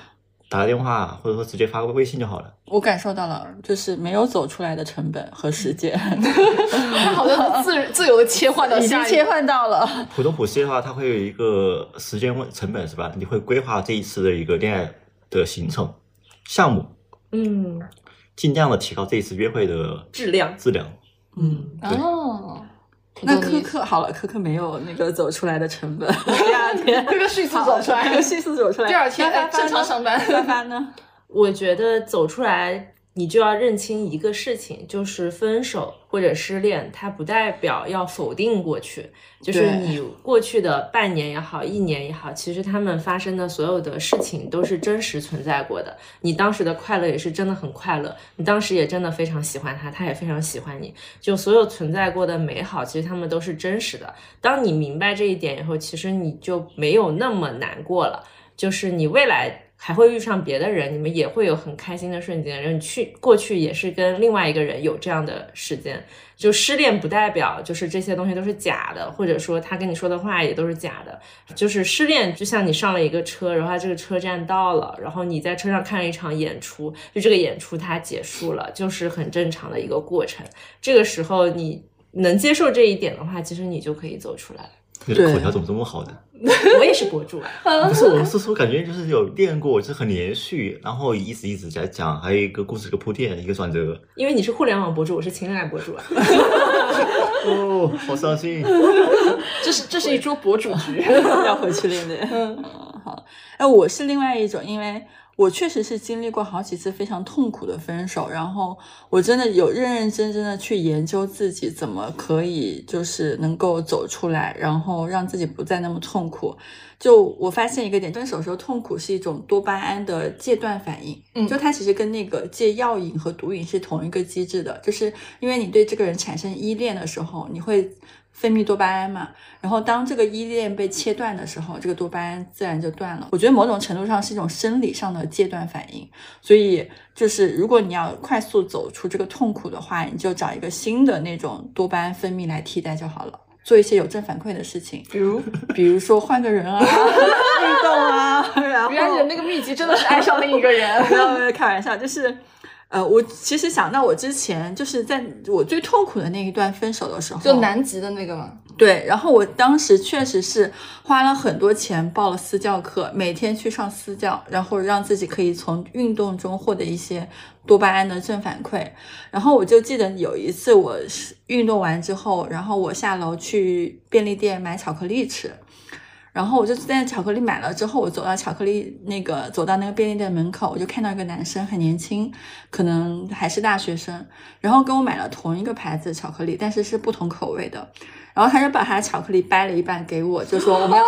D: 打个电话，或者说直接发个微信就好了。
B: 我感受到了，就是没有走出来的成本和时间，
A: 它 好像是自自由的切换到
B: 已
A: 下
B: 经
A: 一
B: 切
A: 个。
B: 嗯换到了。
D: 浦东浦西的话，它会有一个时间问成本是吧？你会规划这一次的一个恋爱的行程项目，
C: 嗯，
D: 尽量的提高这一次约会的
C: 质量，
D: 质量。
B: 嗯，
D: 对
A: 哦，
B: 那
A: 我懂
B: 科
A: 你
B: 科好了，科科没有那个走出来的 成本，
C: 第二 天。
A: 这个迅速走出来，
B: 迅速走出来。
A: 第二天
B: 那
A: 哎
B: 发发
A: 正常上
B: 呢
A: 班。
B: 发发呢？
C: 我觉得走出来，你就要认清一个事情，就是分手或者失恋，它不代表要否定过去，就是
B: 对
C: 你过去的半年也好，一年也好，其实他们发生的所有的事情都是真实存在过的。你当时的快乐也是真的很快乐，你当时也真的非常喜欢他，他也非常喜欢你，就所有存在过的美好，其实他们都是真实的。当你明白这一点以后，其实你就没有那么难过了。就是你未来还会遇上别的人，你们也会有很开心的瞬间。然后你去过去也是跟另外一个人有这样的时间，就失恋不代表就是这些东西都是假的，或者说他跟你说的话也都是假的。就是失恋，就像你上了一个车，然后他这个车站到了，然后你在车上看了一场演出，就这个演出它结束了，就是很正常的一个过程。这个时候你能接受这一点的话，其实你就可以走出来了。
D: 你的
B: 对
D: 口条怎么这么好呢？
C: 我也是博主啊，
D: 不是，我是说感觉就是有练过，就是很连续，然后一直一直在讲，还有一个故事一个铺垫，一个转折。
C: 因为你是互联网博主，我是情感博主啊。
D: 哦，好伤心。
A: 这是这是一桌博 主局。
B: 要回去练练。 嗯，好。哎，我是另外一种，因为我确实是经历过好几次非常痛苦的分手，然后我真的有认认真真的去研究自己怎么可以就是能够走出来，然后让自己不再那么痛苦。就我发现一个点，分手时候痛苦是一种多巴胺的戒断反应，
A: 嗯
B: 就它其实跟那个戒药瘾和毒瘾是同一个机制的，就是因为你对这个人产生依恋的时候，你会分泌多巴胺嘛。然后当这个依恋被切断的时候，这个多巴胺自然就断了。我觉得某种程度上是一种生理上的戒断反应。所以就是如果你要快速走出这个痛苦的话，你就找一个新的那种多巴胺分泌来替代就好了。做一些有正反馈的事情，
A: 比如，
B: 比如说换个 人啊，运动啊，然后
A: 原来你的那个秘籍真的是爱上另一个人。
B: 没有没有，开玩笑，就是，呃，我其实想到我之前就是在我最痛苦的那一段分手的时候，
A: 就南极的那个嘛，
B: 对，然后我当时确实是花了很多钱报了私教课，每天去上私教，然后让自己可以从运动中获得一些多巴胺的正反馈。然后我就记得有一次我是运动完之后，然后我下楼去便利店买巧克力吃，然后我就在巧克力买了之后，我走到巧克力那个走到那个便利店门口，我就看到一个男生很年轻，可能还是大学生，然后跟我买了同一个牌子的巧克力，但是是不同口味的。然后他就把他的巧克力掰了一半给我，就说我们要，
A: 哦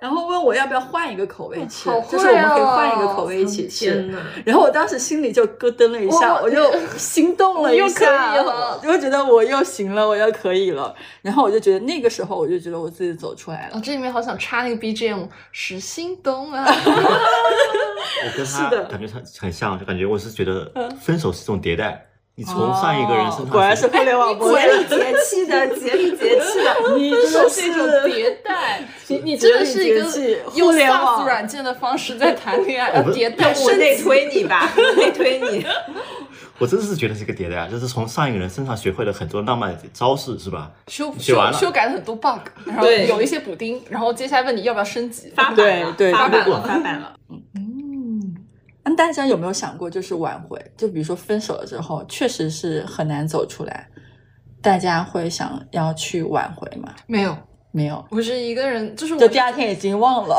B: 然后问我要不要换一个口味吃，
A: 好
B: 就是我们可以
A: 会哦
B: 换一个口味一起
C: 天
B: 吃。
C: 呐，
B: 然后我当时心里就咯噔了一下，
A: 哇
B: 我就心动了一下，
A: 又可以了
B: 就觉得我又行了，我又可以了。然后我就觉得那个时候，我就觉得我自己走出来了
A: 啊，。这里面好想插那个 BGM，是心动 啊。
D: 我跟
B: 是
D: 他
B: 的嗯
D: 感觉他很像，就感觉我是觉得分手是一种迭代，你从上一个人身上
B: 哦
D: 去
B: 果然是互联网博主，
C: 节气的，节里节气的。
B: 你真的
A: 是一种迭代， 你你
B: 绝
A: 真的
B: 对
A: 是一个
B: 绝技互
A: 用
B: 联
A: SaaS
B: 网
A: 软件的方式在谈恋爱，要
D: 不
A: 迭代
C: 我
A: 升
C: 内
A: 级。
C: 推你吧，我内推你。
D: 我真是觉得是个迭代，啊，就是从上一个人身上学会了很多浪漫的招式，是吧？
A: 修
D: 写
A: 修
D: 完了
A: 修改了很多 bug，然后
C: 对
A: 有一些补丁，然后接下来问你要不要升级。
C: 发版
B: 对
C: 了，
B: 对，
C: 发版了，
B: 发版了。
A: 嗯，
B: 那大家有没有想过，就是挽回？就比如说分手了之后，确实是很难走出来，大家会想要去挽回吗？
A: 没有，
B: 没有，
A: 我是一个人，就是我
B: 就第二天已经忘了。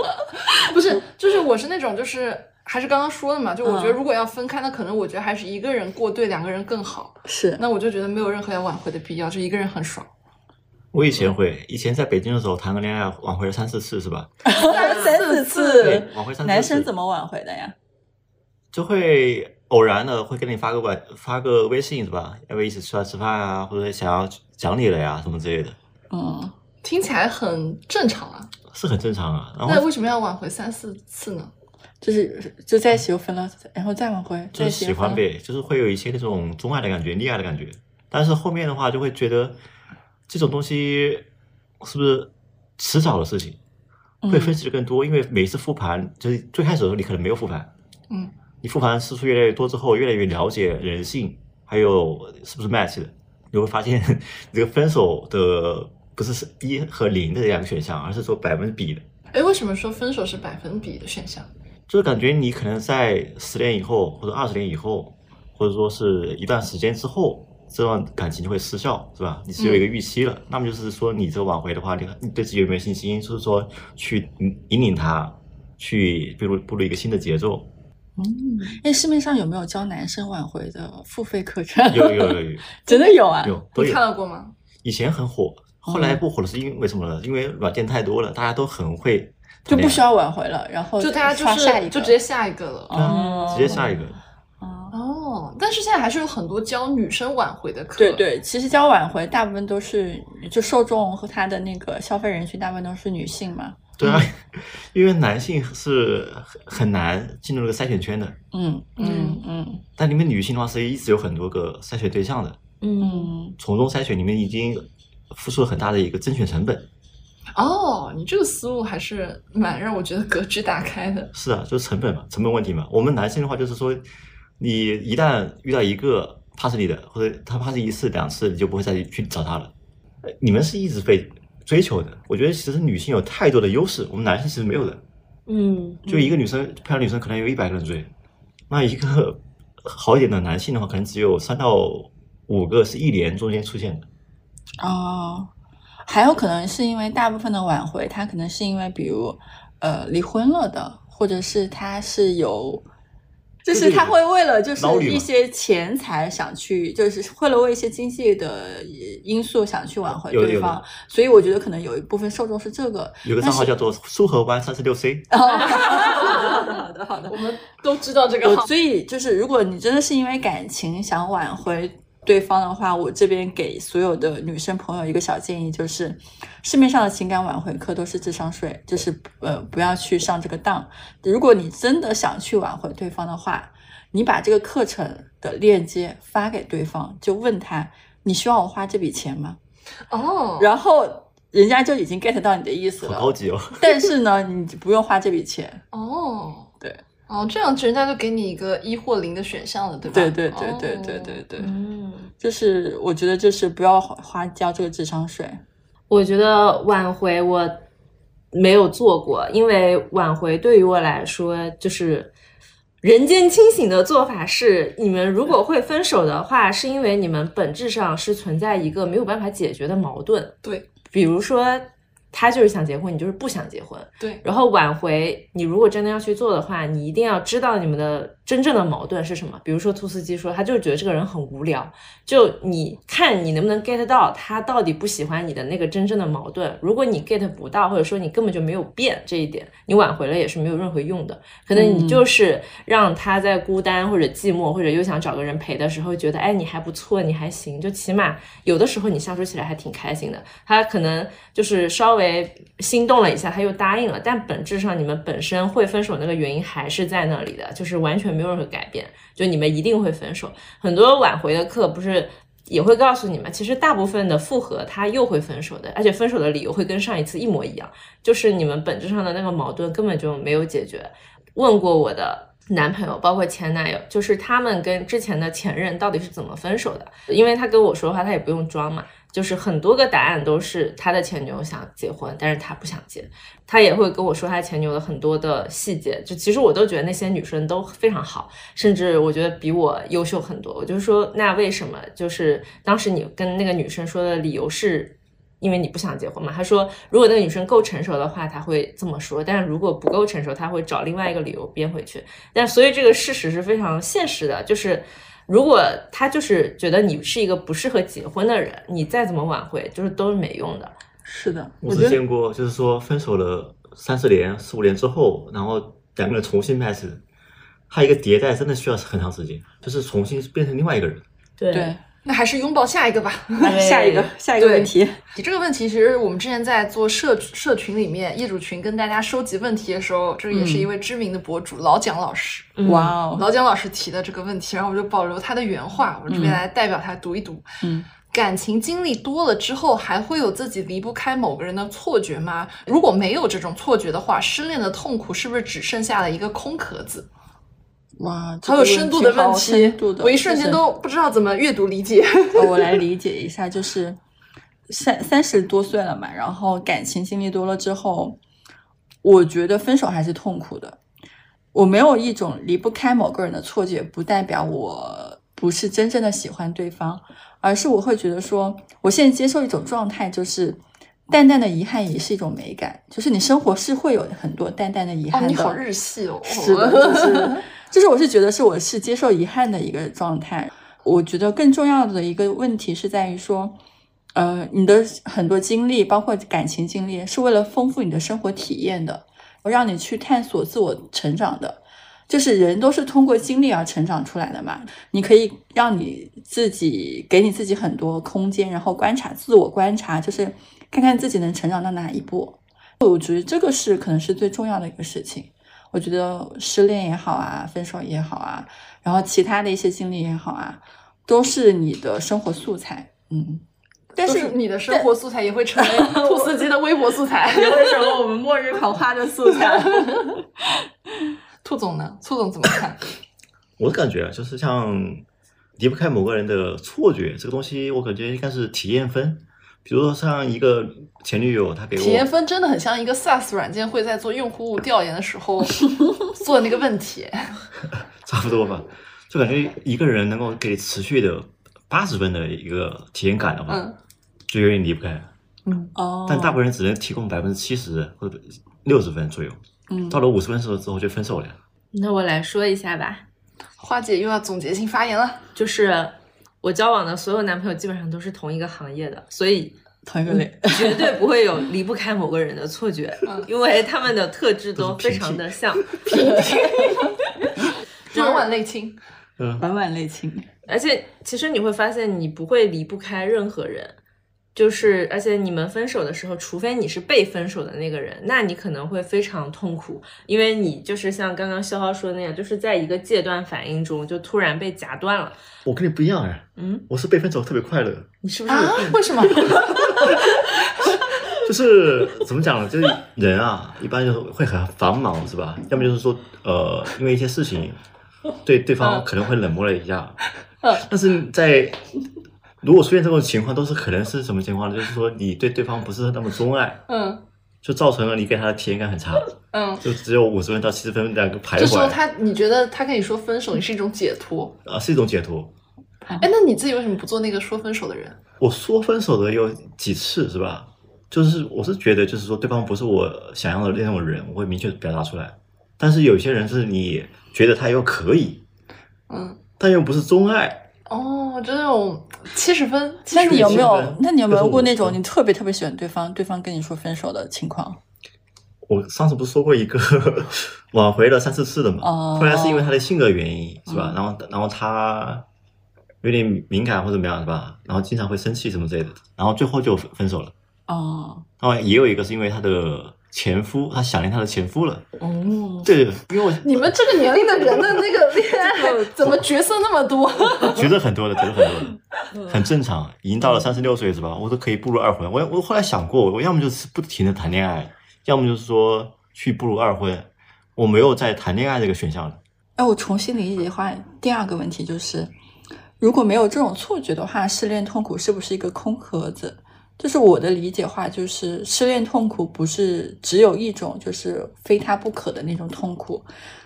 A: 不是，就是我是那种就是。还是刚刚说的嘛，就我觉得
B: 嗯
A: 如果要分开，那可能我觉得还是一个人过对两个人更好。
B: 是，
A: 那我就觉得没有任何要挽回的必要，就一个人很爽。
D: 我以
B: 嗯
D: 前会，以前在北京的时候谈个恋爱，挽回了三四次，是吧？
B: 三四次
D: 对，挽回三四次
B: 男生怎么挽回的呀？
D: 就会偶然的会给你发个微发个微信，是吧？要不要一起出来吃饭啊？或者想要讲你了呀什么之类的，
B: 嗯，
A: 听起来很正常啊，
D: 是很正常啊。然
A: 那
D: 后
A: 为什么要挽回三四次呢？
B: 就是就在一起又分了，然后再挽回，
D: 就
B: 再一
D: 是
B: 起
D: 喜
B: 又分
D: 欢
B: 了。
D: 呗，就是会有一些那种钟爱的感觉、溺爱的感觉。但是后面的话就会觉得这种东西是不是迟早的事情？会分析的更多，因为每一次复盘，就是最开始的时候你可能没有复盘，
A: 嗯，
D: 你复盘次数越来越多之后，越来越了解人性，还有是不是 match 的，你会发现 你这个分手的不是是一和零的两个选项，而是说百分之比的，
A: 哎，为什么说分手是百分比的选项？
D: 就是感觉你可能在十年以后，或者二十年以后，或者说是一段时间之后。这段感情就会失效，是吧？你是有一个预期
A: 嗯
D: 了，那么就是说，你这个挽回的话，你你对自己有没有信心？就是说，去引引领他，去步入步入一个新的 节奏。
B: 哎，市面上有没有教男生挽回的付费课程？
D: 有有有有
B: 真的有啊。
D: 有 都
A: 你
D: 有
A: 看。嗯到过吗？
D: 以前很火，后来不火了，是因为为什么呢？因为软件太多了，大家都很会
B: 就不
D: 谈恋爱，
B: 需要挽回了，然后
A: 就大家
B: 哦刷
A: 就
B: 下一
A: 是
B: 个，
A: 就直接下一个了。
B: 哦
D: 嗯直接下一个。
B: 哦
A: 哦，但是现在还是有很多教女生挽回的课。
B: 对，对，其实教挽回大部分都是就受众和他的那个消费人群大部分都是女性嘛。
D: 对啊，
A: 嗯
D: 因为男性是很很难进入一个筛选圈的，
B: 嗯嗯嗯
D: 但你们女性的话是一直有很多个筛选对象的，
C: 嗯，
B: 嗯，
D: 从中筛选，你们已经付出了很大的一个甄选成本。
A: 哦，你这个思路还是蛮让我觉得格局打开的。
D: 是啊，就是成本嘛，成本问题嘛。我们男性的话就是说，你一旦遇到一个 pass 你的，或者他 pass 一次两次，你就不会再去找他了。呃你们是一直被追求的，我觉得其实女性有太多的优势，我们男性其实没有的。
C: 嗯，
D: 就一个女生，漂亮女生可能有一百个人追，那一个好一点的男性的话，可能只有三到五个是一年中间出现的。
B: 哦，还有可能是因为大部分的挽回，他可能是因为比如呃离婚了的，或者是他是有。就
D: 就是是
B: 他会为了就是
D: 捞女
B: 一
D: 嘛
B: 些钱财想去，就是为了为一些经济的因素想去挽回
D: 有的
B: 对
D: 有的
B: 方，所以我觉得可能有一部分受众是这个。
D: 有个账号叫做“苏河湾三十六 C”，
B: 好的，好的，好的。
A: 我们都知道这个
B: 我
A: 号，
B: 所以就是，如果你真的是因为感情想挽回对方的话，我这边给所有的女生朋友一个小建议，就是市面上的情感挽回课都是智商税，就是呃不要去上这个当。如果你真的想去挽回对方的话，你把这个课程的链接发给对方，就问他你需要我花这笔钱吗？
A: 哦，
B: 然后人家就已经 get 到你的意思
D: 好
B: 了。
D: 高级哦。
B: 但是呢，你不用花这笔 钱。
A: 哦，
B: 对，
A: 哦，这样人家就给你一个一或零的选项了，对吧？哦
B: 对对对对对对对，
C: 嗯，
B: 就是我觉得就是不要花花交这个智商税。
C: 我觉得挽回我没有做过，因为挽回对于我来说就是。人间清醒的做法是，你们如果会分手的话，是因为你们本质上是存在一个没有办法解决的矛盾。
A: 对
C: 比如说，他就是想结婚，你就是不想结婚，
A: 对
C: 然后挽回，你如果真的要去做的话，你一定要知道你们的真正的矛盾是什么。比如说，兔斯基说他就是觉得这个人很无聊，就你看你能不能 get 到他到底不喜欢你的那个真正的矛盾。如果你 get 不到，或者说你根本就没有变这一点，你挽回了也是没有任何用的。可能你就是让他在孤单或者寂寞或者又想找个人陪的时候，觉得哎你还不错，你还行，就起码有的时候你相处起来还挺开心的。他可能就是稍微心动了一下，他又答应了，但本质上你们本身会分手那个原因还是在那里的，就是完全没有任何改变，就你们一定会分手。很多挽回的课不是。也会告诉你们，其实大部分的复合他又会分手的，而且分手的理由会跟上一次一模一样，就是你们本质上的那个矛盾根本就没有解决，问过我的男朋友，包括前男友，就是他们跟之前的前任到底是怎么分手的？因为他跟我说的话，他也不用装嘛，就是很多个答案都是他的前女友想结婚，但是他不想结。他也会跟我说他前女友的很多的细节，就其实我都觉得那些女生都非常好，甚至我觉得比我优秀很多。我就说，那为什么就是当时你跟那个女生说的理由是？因为你不想结婚嘛，他说如果那个女生够成熟的话，他会这么说；但是如果不够成熟，他会找另外一个理由编回去。但所以这个事实是非常现实的，就是如果他就是觉得你是一个不适合结婚的人，你再怎么挽回，就是都是没用的。
B: 是的，
D: 我
B: 我
D: 只
B: 觉得
D: 见过，就是说分手了三四年、四五年之后，然后两个人重新开始，他一个迭代真的需要很长时间，就是重新变成另外一个人。
C: 对
B: 对。
A: 那还是拥抱下一个吧。
B: 来 下
A: 哎
B: 一个下一个问题，
A: 你这个问题，其实我们之前在做社社群里面业主群跟大家收集问题的时候，这也是一位知名的博主、老蒋老师，
C: 嗯
B: 哇哦，
A: 老蒋老师提的这个问题，然后我就保留他的原话，我这边来代表他读一读。
B: 嗯，
A: 感情经历多了之后，还会有自己离不开某个人的错觉吗？如果没有这种错觉的话，失恋的痛苦是不是只剩下了一个空壳子？
B: 哇，这
A: 好
B: 个
A: 有深度的
B: 好
A: 问题
B: 深度，的
A: 我一瞬
B: 就
A: 间
B: 是
A: 都不知道怎么阅读理解。
B: 呃，我来理解一下，就是三三十多岁了嘛，然后感情经历多了之后，我觉得分手还是痛苦的。我没有一种离不开某个人的错觉，不代表我不是真正的喜欢对方，而是我会觉得说，我现在接受一种状态，就是淡淡的遗憾也是一种美感，就是你生活是会有很多淡淡的遗
A: 哦，
B: 憾
A: 你
B: 的。
A: 好日系哦。
B: 是的，就是就是我是觉得是我是接受遗憾的一个状态。我觉得更重要的一个问题是在于说，呃，你的很多经历，包括感情经历，是为了丰富你的生活体验的，让你去探索自我成长的。就是人都是通过经历而成长出来的嘛，你可以让你自己给你自己很多空间，然后观察自我观察，就是看看自己能成长到哪一步。我觉得这个是可能是最重要的一个事情。我觉得失恋也好啊，分手也好啊，然后其他的一些经历也好啊，都是你的生活素材。嗯，但
A: 就是是你的生活素材也会成 为兔司机的微博素材。
B: 为什么我们末日狂花的素材？
A: 兔总呢？兔总怎么看？
D: 我的感觉啊就是像离不开某个人的错觉，这个东西我感觉应该是体验分。比如说像一个前女友，她给我
A: 体验分真的很像一个 SaaS 软件会在做用户调研的时 候做的那个问题。
D: 差不多吧，就感觉一个人能够给你持续的八十分的一个体验感的话，
A: 嗯
D: 就有点离不开。
B: 哦，
D: 但大部分人只能提供百分之七十或者六十分左右，
B: 嗯
D: 到了五十分之后之后就分手了呀。
C: 那我来说一下吧，
A: 花姐又要总结性发言了。
C: 就是我交往的所有男朋友基本上都是同一个行业的，所以
B: 同
D: 嗯
B: 一个类，
C: 绝 对不会有离不开某个人的错觉， 因为他们的特质都非常的像。
A: 婉婉泪清，
D: 嗯，
B: 晚晚类情。
C: 而且其实你会发现你不会离不开任何人，就是而且你们分手的时候，除非你是被分手的那个人，那你可能会非常痛苦，因为你就是像刚刚潇潇说的那样，就是在一个戒断反应中就突然被夹断了。
D: 我跟你不一样哎，
C: 嗯，
D: 我是被分手特别快乐，
C: 你是不是有
A: 啊
C: 病？？
A: 为什么？
D: 就是怎么讲呢？就是人啊，一般就是会很繁忙，是吧？要么就是说，呃，因为一些事情，对对方可能会冷漠了一下。
A: 嗯
D: 但是在如果出现这种情况，都是可能是什么情况呢？就是说你对对方不是那么钟爱，
A: 嗯
D: 就造成了你给他的体验感很差，
A: 嗯，
D: 就只有五十分到七十分两个徘
A: 这时候
D: 徊，
A: 他你觉得他跟你说分手，你是一种解脱。
D: 啊，是一种解脱。
A: 哎，那你自己为什么不做那个说分手的人？
D: 我说分手的有几次是吧？就是我是觉得，就是说对方不是我想要的那种人，我会明确地表达出来。但是有些人是你觉得他又可以，
A: 嗯，
D: 但又不是钟爱，
A: 哦，就那种七十分，
B: 那你有没
D: 其实
B: 有
D: 是？
B: 那你有没有过那
D: 就是
B: 种
D: 我
B: 你特别特别喜欢对方，对方跟你说分手的情况？
D: 我上次不是说过一个挽回了三四次的嘛？
B: 哦
D: 后来是因为他的性格原因是吧？然后然后他有点敏感或者怎么样是吧？然后经常会生气什么之类的，然后最后就分手了。
B: 哦，
D: 然后也有一个是因为他的前夫，他想念他的前夫了。
C: 哦，
D: 对，因为我
A: 你们这个年龄的人的那个恋爱，怎么角色那么多？
D: 觉得很多的，觉得很
A: 嗯
D: 多的，很正常。已经到了三十六岁是吧？我都可以步入二婚。我我后来想过，我要么就是不停的谈恋爱，要么就是说去步入二婚。我没有在谈恋爱这个选项了。
B: 哎，我重新理解的话，第二个问题就是，如果没有这种错觉的话，失恋痛苦是不是一个空盒子？就是我的理解话，就是失恋痛苦不是只有一种，就是非他不可的那种痛苦，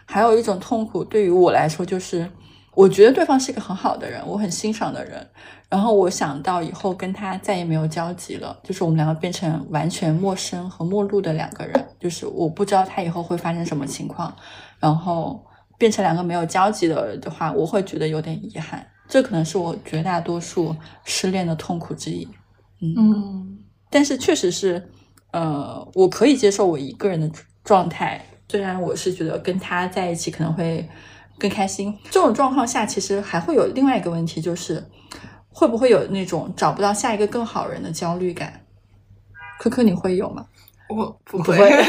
B: 还有一种痛苦对于我来说就是，我觉得对方是一个很好的人，我很欣赏的人，然后我想到以后跟他再也没有交集了，就是我们两个变成完全陌生和陌路的两个人，就是我不知道他以后会发生什么情况，然后变成两个没有交集的人的话，我会觉得有点遗憾。这可能是我绝大多数失恋的痛苦之一。
A: 嗯，
B: 但是确实是，呃，我可以接受我一个人的状态，虽然我是觉得跟他在一起可能会更开心。这种状况下，其实还会有另外一个问题，就是会不会有那种找不到下一个更好人的焦虑感？科科，你会有吗？
A: 我不
B: 不
A: 会，
B: 会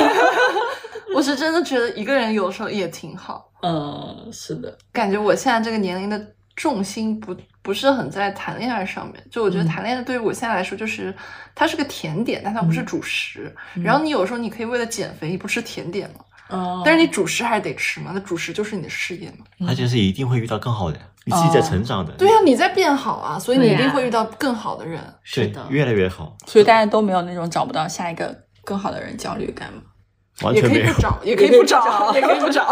A: 我是真的觉得一个人有时候也挺好。呃
B: 嗯，是的，
A: 感觉我现在这个年龄的重心不不是很在谈恋爱上面，就我觉得
B: 嗯
A: 谈恋爱对于我现在来说，就是它是个甜点，但它不是主食。
B: 嗯
A: 然后你有时候你可以为了减肥，你不吃甜点嘛，
B: 嗯，
A: 但是你主食还是得吃嘛，那主食就是你的事业嘛。
D: 而且是一定会遇到更好的，你自己在成长的。
A: 嗯哦对啊呀、你在变好啊，所以你
C: 对
A: 一定
C: 呀
A: 会遇到更好的人。
C: 是
D: 对
C: 的，
D: 越来越好，
B: 所以大家都没有那种找不到下一个更好的人焦虑感吗？
D: 完
A: 也
D: 全
A: 可
D: 没
A: 以
D: 有
A: 不。 找，也可以不找，也可以不找。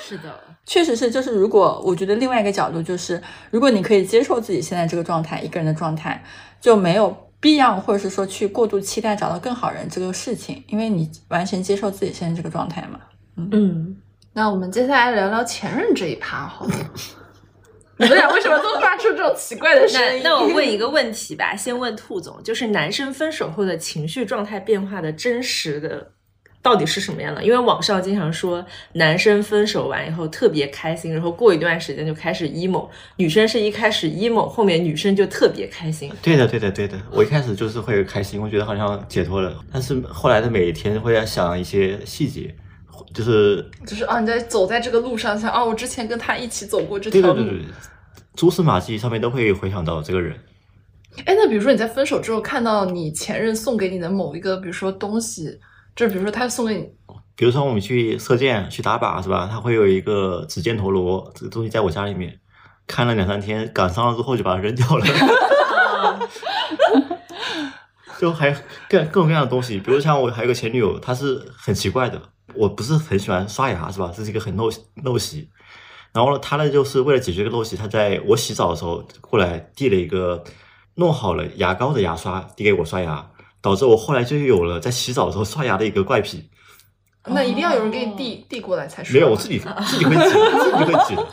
C: 是的，
B: 确实是，就是如果我觉得另外一个角度就是，如果你可以接受自己现在这个状态，一个人的状态，就没有必要或者是说去过度期待找到更好人这个事情，因为你完全接受自己现在这个状态嘛。
C: 嗯，
A: 那我们接下来聊聊前任这一趴好了。你们俩为什么都发出这种奇怪的声
C: 那
A: 音？
C: 那我问一个问题吧， 先问兔总，就是男生分手后的情绪状态变化的真实的到底是什么样的？因为网上经常说男生分手完以后特别开心，然后过一段时间就开始 emo，女生是一开始 emo，后面女生就特别开心。
D: 对的，对的，对的。我一开始就是会开心，我觉得好像解脱了，但是后来的每天会在想一些细节，就是
A: 就是啊，你在走在这个路上，想啊，我之前跟他一起走过这
D: 对
A: 条
D: 对对
A: 路
D: 对。，蛛丝马迹上面都会回想到这个人。
A: 哎，那比如说你在分手之后看到你前任送给你的某一个，比如说东西，就是比如说他送给你，
D: 比如说我们去射箭、去打靶是吧？它会有一个指尖陀螺，这个东西在我家里面看了两三天，感伤了之后就把它扔掉了， 就还各各种各样的东西。比如像我还有个前女友，她是很奇怪的，我不是很喜欢刷牙是吧？这是一个很陋陋习。然后呢，她呢就是为了解决这个陋习，她在我洗澡的时候过来递了一个弄好了牙膏的牙刷递给我刷牙，导致我后来就有了在洗澡的时候刷牙的一个怪癖。
A: 那一定要有人给你
C: 哦
A: 递递过来才是。
D: 没有，我自己自己会挤，自己会挤的。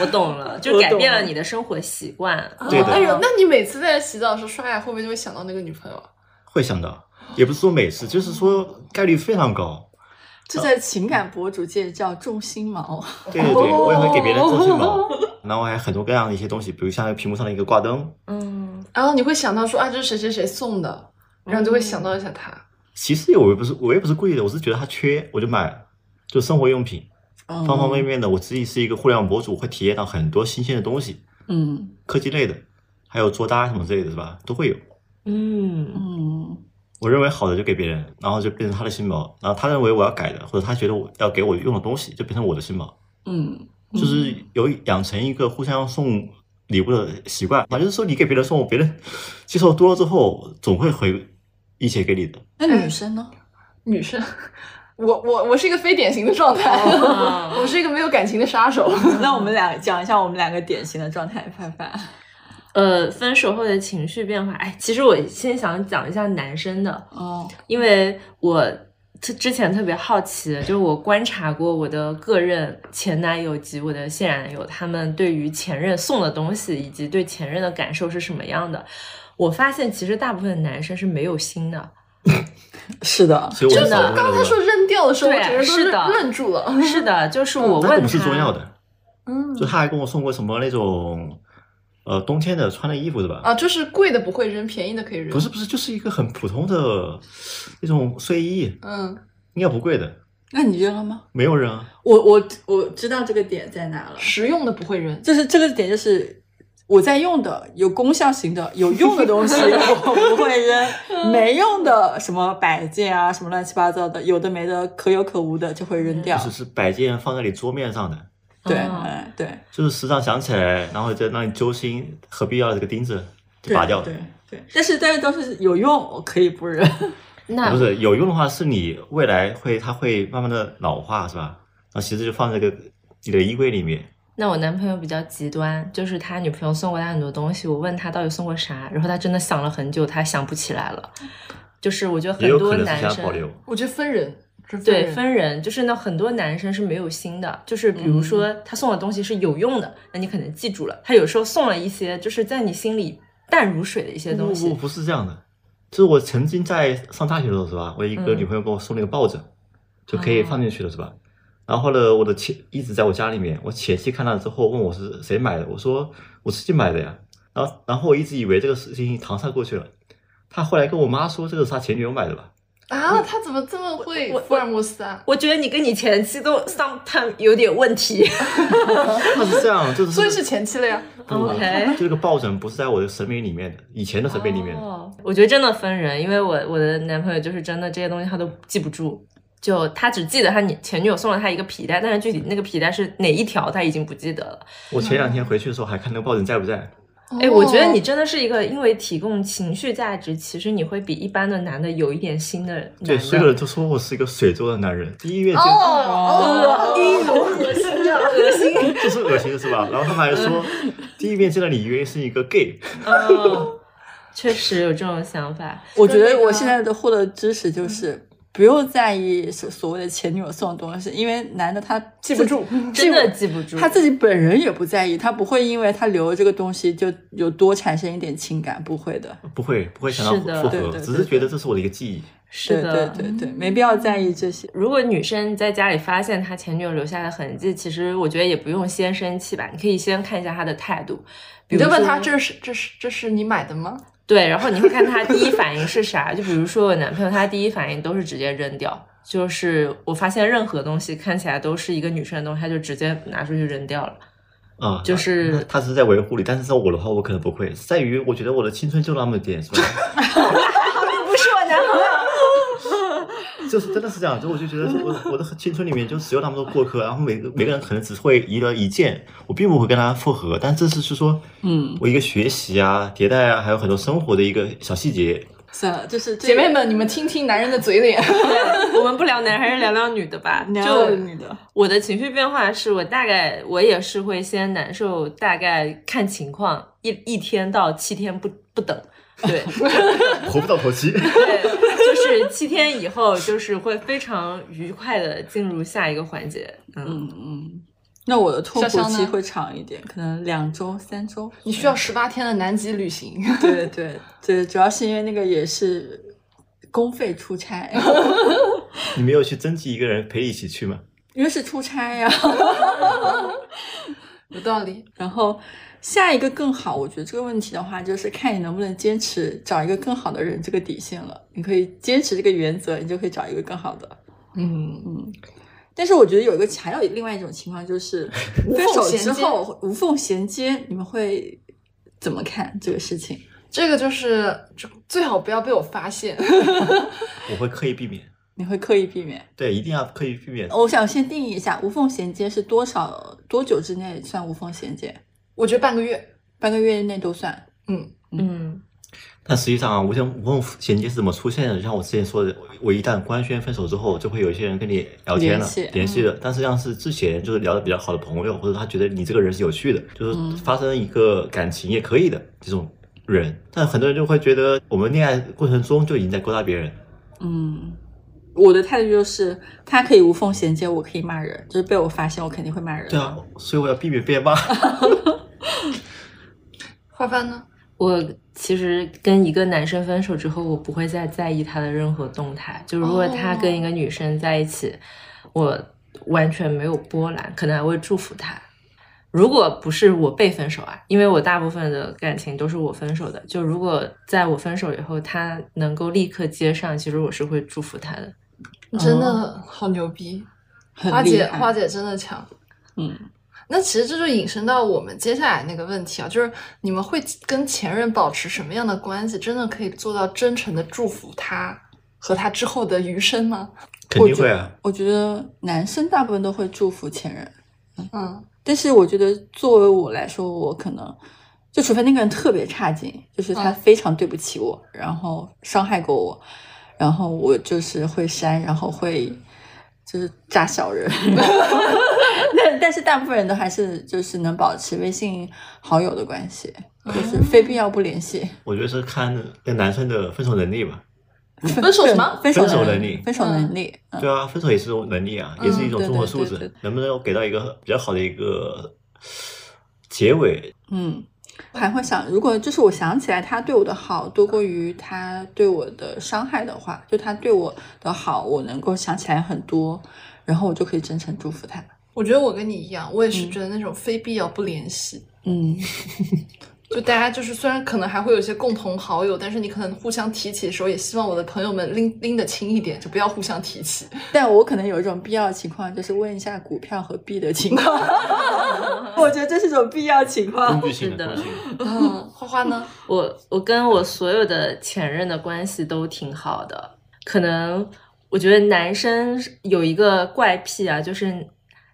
C: 我懂了，就
B: 我
C: 改
B: 懂
C: 变了
B: 了
C: 你的生活习惯。
D: 对
A: 哎
D: 的，
A: 呦，那你每次在洗澡的时候刷牙，会不会就会想到那个女朋友啊？
D: 会想到，也不是说每次，就是说概率非常高。
B: 这在情感博主界叫重心锚。
D: 对对对，我也会给别人做心毛。然后还有很多各样的一些东西，比如像屏幕上的一个挂灯，
C: 嗯，
A: 然后你会想到说啊，这是谁谁谁送的，然后就会想到一下他。
D: 其实我也不是我也不是故意的，我是觉得它缺我就买了，就生活用品
B: 方
D: 方方面面的。我自己是一个互联网博主，会体验到很多新鲜的东西，
B: 嗯
D: 科技类的，还有做搭什么之类的，是吧？都会有。
C: 嗯，
B: 嗯
D: 我认为好的就给别人，然后就变成他的新毛，然后他认为我要改的，或者他觉得我要给我用的东西，就变成我的新毛。
B: 嗯
D: 就是有养成一个互相送礼物的习惯，反正说你给别人送，别人接受多了之后，总会回一些给你的。
B: 那女生呢？
A: 女生，我我我是一个非典型的状态，
C: 哦嗯
A: 我是一个没有感情的杀手。
B: 那我们俩讲一下我们两个典型的状态，范范。
C: 呃，分手后的情绪变化，哎，其实我先想讲一下男生的，
B: 哦，
C: 因为我之之前特别好奇，就是我观察过我的个任前男友及我的现男友，他们对于前任送的东西以及对前任的感受是什么样的。我发现其实大部分的男生是没有心的，
B: 是的，
D: 所以我
A: 就
D: 们
A: 是
D: 讨论
A: 刚才说
D: 了，
A: 扔掉的时候，我
C: 对
A: 整个人都
C: 是的
A: 愣住了。
C: 是的，就是我
D: 那
C: 问
D: 个
C: 他，
D: 是重要的。
A: 嗯
D: 就他还跟我送过什么那种，呃，冬天的穿的衣服是吧？
A: 啊，就是贵的不会扔，便宜的可以扔。
D: 不是，不是，就是一个很普通的那种睡衣，
A: 嗯，
D: 应该不贵的，
B: 那你扔了吗？
D: 没有人啊。
B: 我我我知道这个点在哪了，
A: 实用的不会扔。
B: 就是这个点就是。我在用的有功效型的有用 的东西我不会扔，没用的什么摆件啊什么乱七八糟的，有的没的可有可无的就会扔掉
D: 嗯就。是是摆件放在你桌面上的，
B: 对，
C: 哦
B: 嗯对，
D: 就是时常想起来，然后再让你揪心，何必要这个钉子？就拔掉了
B: 对。对，但是但是都是有用，我可以 不扔。
C: 那
D: 不是有用的话，是你未来会它会慢慢的老化，是吧？然后其实就放在这个你的衣柜里面，
C: 那我男朋友比较极端，就是他女朋友送过他很多东西，我问他到底送过啥，然后他真的想了很久，他想不起来了。就是我觉得
D: 也
C: 很
D: 有
C: 多
D: 可能
C: 男
D: 是想
C: 生
D: 保留。
A: 我觉得分人，这
C: 对
A: 人
C: 分人，就是那很多男生是没有心的，就是比如说他送的东西是有用的，那你可能记住了。他有时候送了一些，就是在你心里淡如水的一些
D: 不
C: 东
D: 不
C: 西。
D: 不是这样的，就是我曾经在上大学的时候，是吧？我一个
C: 嗯
D: 女朋友给我送了一个抱枕，就可以放进去了，是吧？然后呢，我的前一直在我家里面，我前妻看到之后问我是谁买的，我说我自己买的呀。然后然后我一直以为这个事情搪塞过去了，她后来跟我妈说这个是她前女友买的吧？
A: 啊，他怎么这么会
C: 我我
A: 福尔摩斯啊？
C: 我觉得你跟你前妻都 sometime 有点问题。
D: 她是这样， 就是
A: 所以是前妻了呀。
D: 不
C: OK
D: 就这个抱枕不是在我的审美里面的，以前的审美里面的。
C: 哦，我觉得真的分人，因为我我的男朋友就是真的这些东西他都记不住，就他只记得他女前女友送了他一个皮带，但是具体那个皮带是哪一条他已经不记得了。
D: 我前两天回去的时候还看那个抱枕在不在，
C: 哎，我觉得
A: 哦
C: 你真的是一个，因为提供情绪价值，其实你会比一般的男的有一点新的男
D: 对，所有
C: 的。
D: 人都说我是一个水州的男人，第一眼见、
A: 哦
B: 哦
A: 哦，
C: 恶心。
D: 这是恶心的是吧？然后他们还说，第一面见到你以为是一个 gay，
C: 嗯，确实有这种想法。
B: 我觉得我现在的获得知识
A: 嗯
B: 就是。不用在意所所谓的前女友送的东西，因为男的他
A: 记不住，
C: 真的记不住
B: 他自己本人也不在意，他不会因为他留这个东西就有多产生一点情感，不会的。
D: 不会不会想到
C: 是的
D: 复
B: 对对
D: 合，
B: 对
D: 只是觉得这是我的一个记忆。
C: 是的，
B: 对对对对，没必要在意这些。
C: 如果女生在家里发现她前女友留下的痕迹，其实我觉得也不用先生气吧，你可以先看一下她的态度。比
A: 你
C: 如
A: 就问
C: 说
A: 他这是这是这是你买的吗？
C: 对，然后你会看他第一反应是啥。就比如说我男朋友，他第一反应都是直接扔掉，就是我发现任何东西看起来都是一个女生的东西，他就直接拿出去扔掉了。
D: 啊、
C: 就是
D: 那他是在维护你，但是在我的话，我可能不会，在于我觉得我的青春就那么点，是吧？
C: 不是我男朋友，
D: 就是真的是这样，就我就觉得我我的青春里面就只有那么多过客，然后每个每个人可能只会遗留一件，我并不会跟他复合，但这次是说，
B: 嗯，
D: 我一个学习啊、迭代啊，还有很多生活的一个小细节。
B: 算了，就是这
A: 姐妹们，你们听听男人的嘴脸。
C: 我们不聊男，还是聊聊女的吧。
B: 聊
C: 就
B: 女的，
C: 我的情绪变化是我大概我也是会先难受，大概看情况，一一天到七天不不等。对，
D: 活不到头七，
C: 对，就是七天以后，就是会非常愉快的进入下一个环节。嗯，
B: 嗯嗯。那我的痛苦
A: 潇潇
B: 期
A: 呢
B: 会长一点，可能两周、三周。
A: 你需要十八天的南极旅行，
B: 对对对，主要是因为那个也是公费出差，哎
D: 你没有去征集一个人陪你一起去吗？
B: 因为是出差呀。
A: 有道理。
B: 然后下一个更好，我觉得这个问题的话，就是看你能不能坚持找一个更好的人这个底线了。你可以坚持这个原则，你就可以找一个更好的。
A: 嗯，
B: 嗯，但是我觉得有一个还有另外一种情况就是分手之后无缝衔接，你们会怎么看这个事情？
A: 这个就是就最好不要被我发现。
D: 我会刻意避免，
B: 你会刻意避免？
D: 对，一定要刻意避免。
B: 我想先定义一下，无缝衔接是多少多久之内算无缝衔接？
A: 我觉得半个月，
B: 半个月内都算。
A: 嗯，
C: 嗯，
D: 但实际上啊，无线无缝衔接是怎么出现的？就像我之前说的，我一旦官宣分手之后，就会有一些人跟你聊天了
B: 联系、嗯
D: 联系了。但实际上是之前就是聊的比较好的朋友，或者他觉得你这个人是有趣的，
B: 嗯
D: 就是发生一个感情也可以的这种人。但很多人就会觉得，我们恋爱过程中就已经在勾搭别人，
B: 嗯，我的态度就是，他可以无缝衔接，我可以骂人，就是被我发现，我肯定会骂人。
D: 对啊，所以我要避免 被骂。
A: 花瓣呢？
C: 我其实跟一个男生分手之后，我不会再在意他的任何动态。就如果他跟一个女生在一起，我完全没有波澜，可能还会祝福他。如果不是我被分手啊，因为我大部分的感情都是我分手的。就如果在我分手以后，他能够立刻接上，其实我是会祝福他的。
A: 你真的好牛逼，
B: 很
A: 花
B: 厉
A: 姐
B: 害
A: 花姐真的强。
B: 嗯，
A: 那其实这就引申到我们接下来那个问题啊，就是你们会跟前任保持什么样的关系，真的可以做到真诚的祝福他和他之后的余生吗？
D: 肯定会啊，
B: 我觉得男生大部分都会祝福前任，
A: 嗯，
B: 但是我觉得作为我来说，我可能就除非那个人特别差劲，就是他
A: 嗯
B: 非常对不起我，然后伤害过我，然后我就是会删，然后会就是炸小人。 但但是大部分人都还是就是能保持微信好友的关系，就是非必要不联系。
D: 我觉得是看那男生的分手能力吧。
A: 分手什么？
B: 分手
D: 分手
B: 能
D: 能力
B: 分手能力。嗯
D: 对啊，分手也是一种能力啊，
A: 嗯
D: 也是一种综
B: 对对
D: 合素质，
B: 对对对
D: 能不能给到一个比较好的一个结尾？
B: 嗯，我还会想，如果就是我想起来他对我的好多过于他对我的伤害的话，就他对我的好，我能够想起来很多，然后我就可以真诚祝福他。
A: 我觉得我跟你一样，我也是
B: 嗯
A: 觉得那种非必要不联系，
B: 嗯，
A: 就大家就是虽然可能还会有一些共同好友，但是你可能互相提起的时候，也希望我的朋友们拎拎得清一点，就不要互相提起。
B: 但我可能有一种必要情况，就是问一下股票和币的情况， 我觉得这是一种必要情
D: 工
B: 况。
D: 具性
C: 是的
D: 工具性的。
A: 嗯，花花呢？
C: 我我跟我所有的前任的关系都挺好的，可能我觉得男生有一个怪癖啊，就是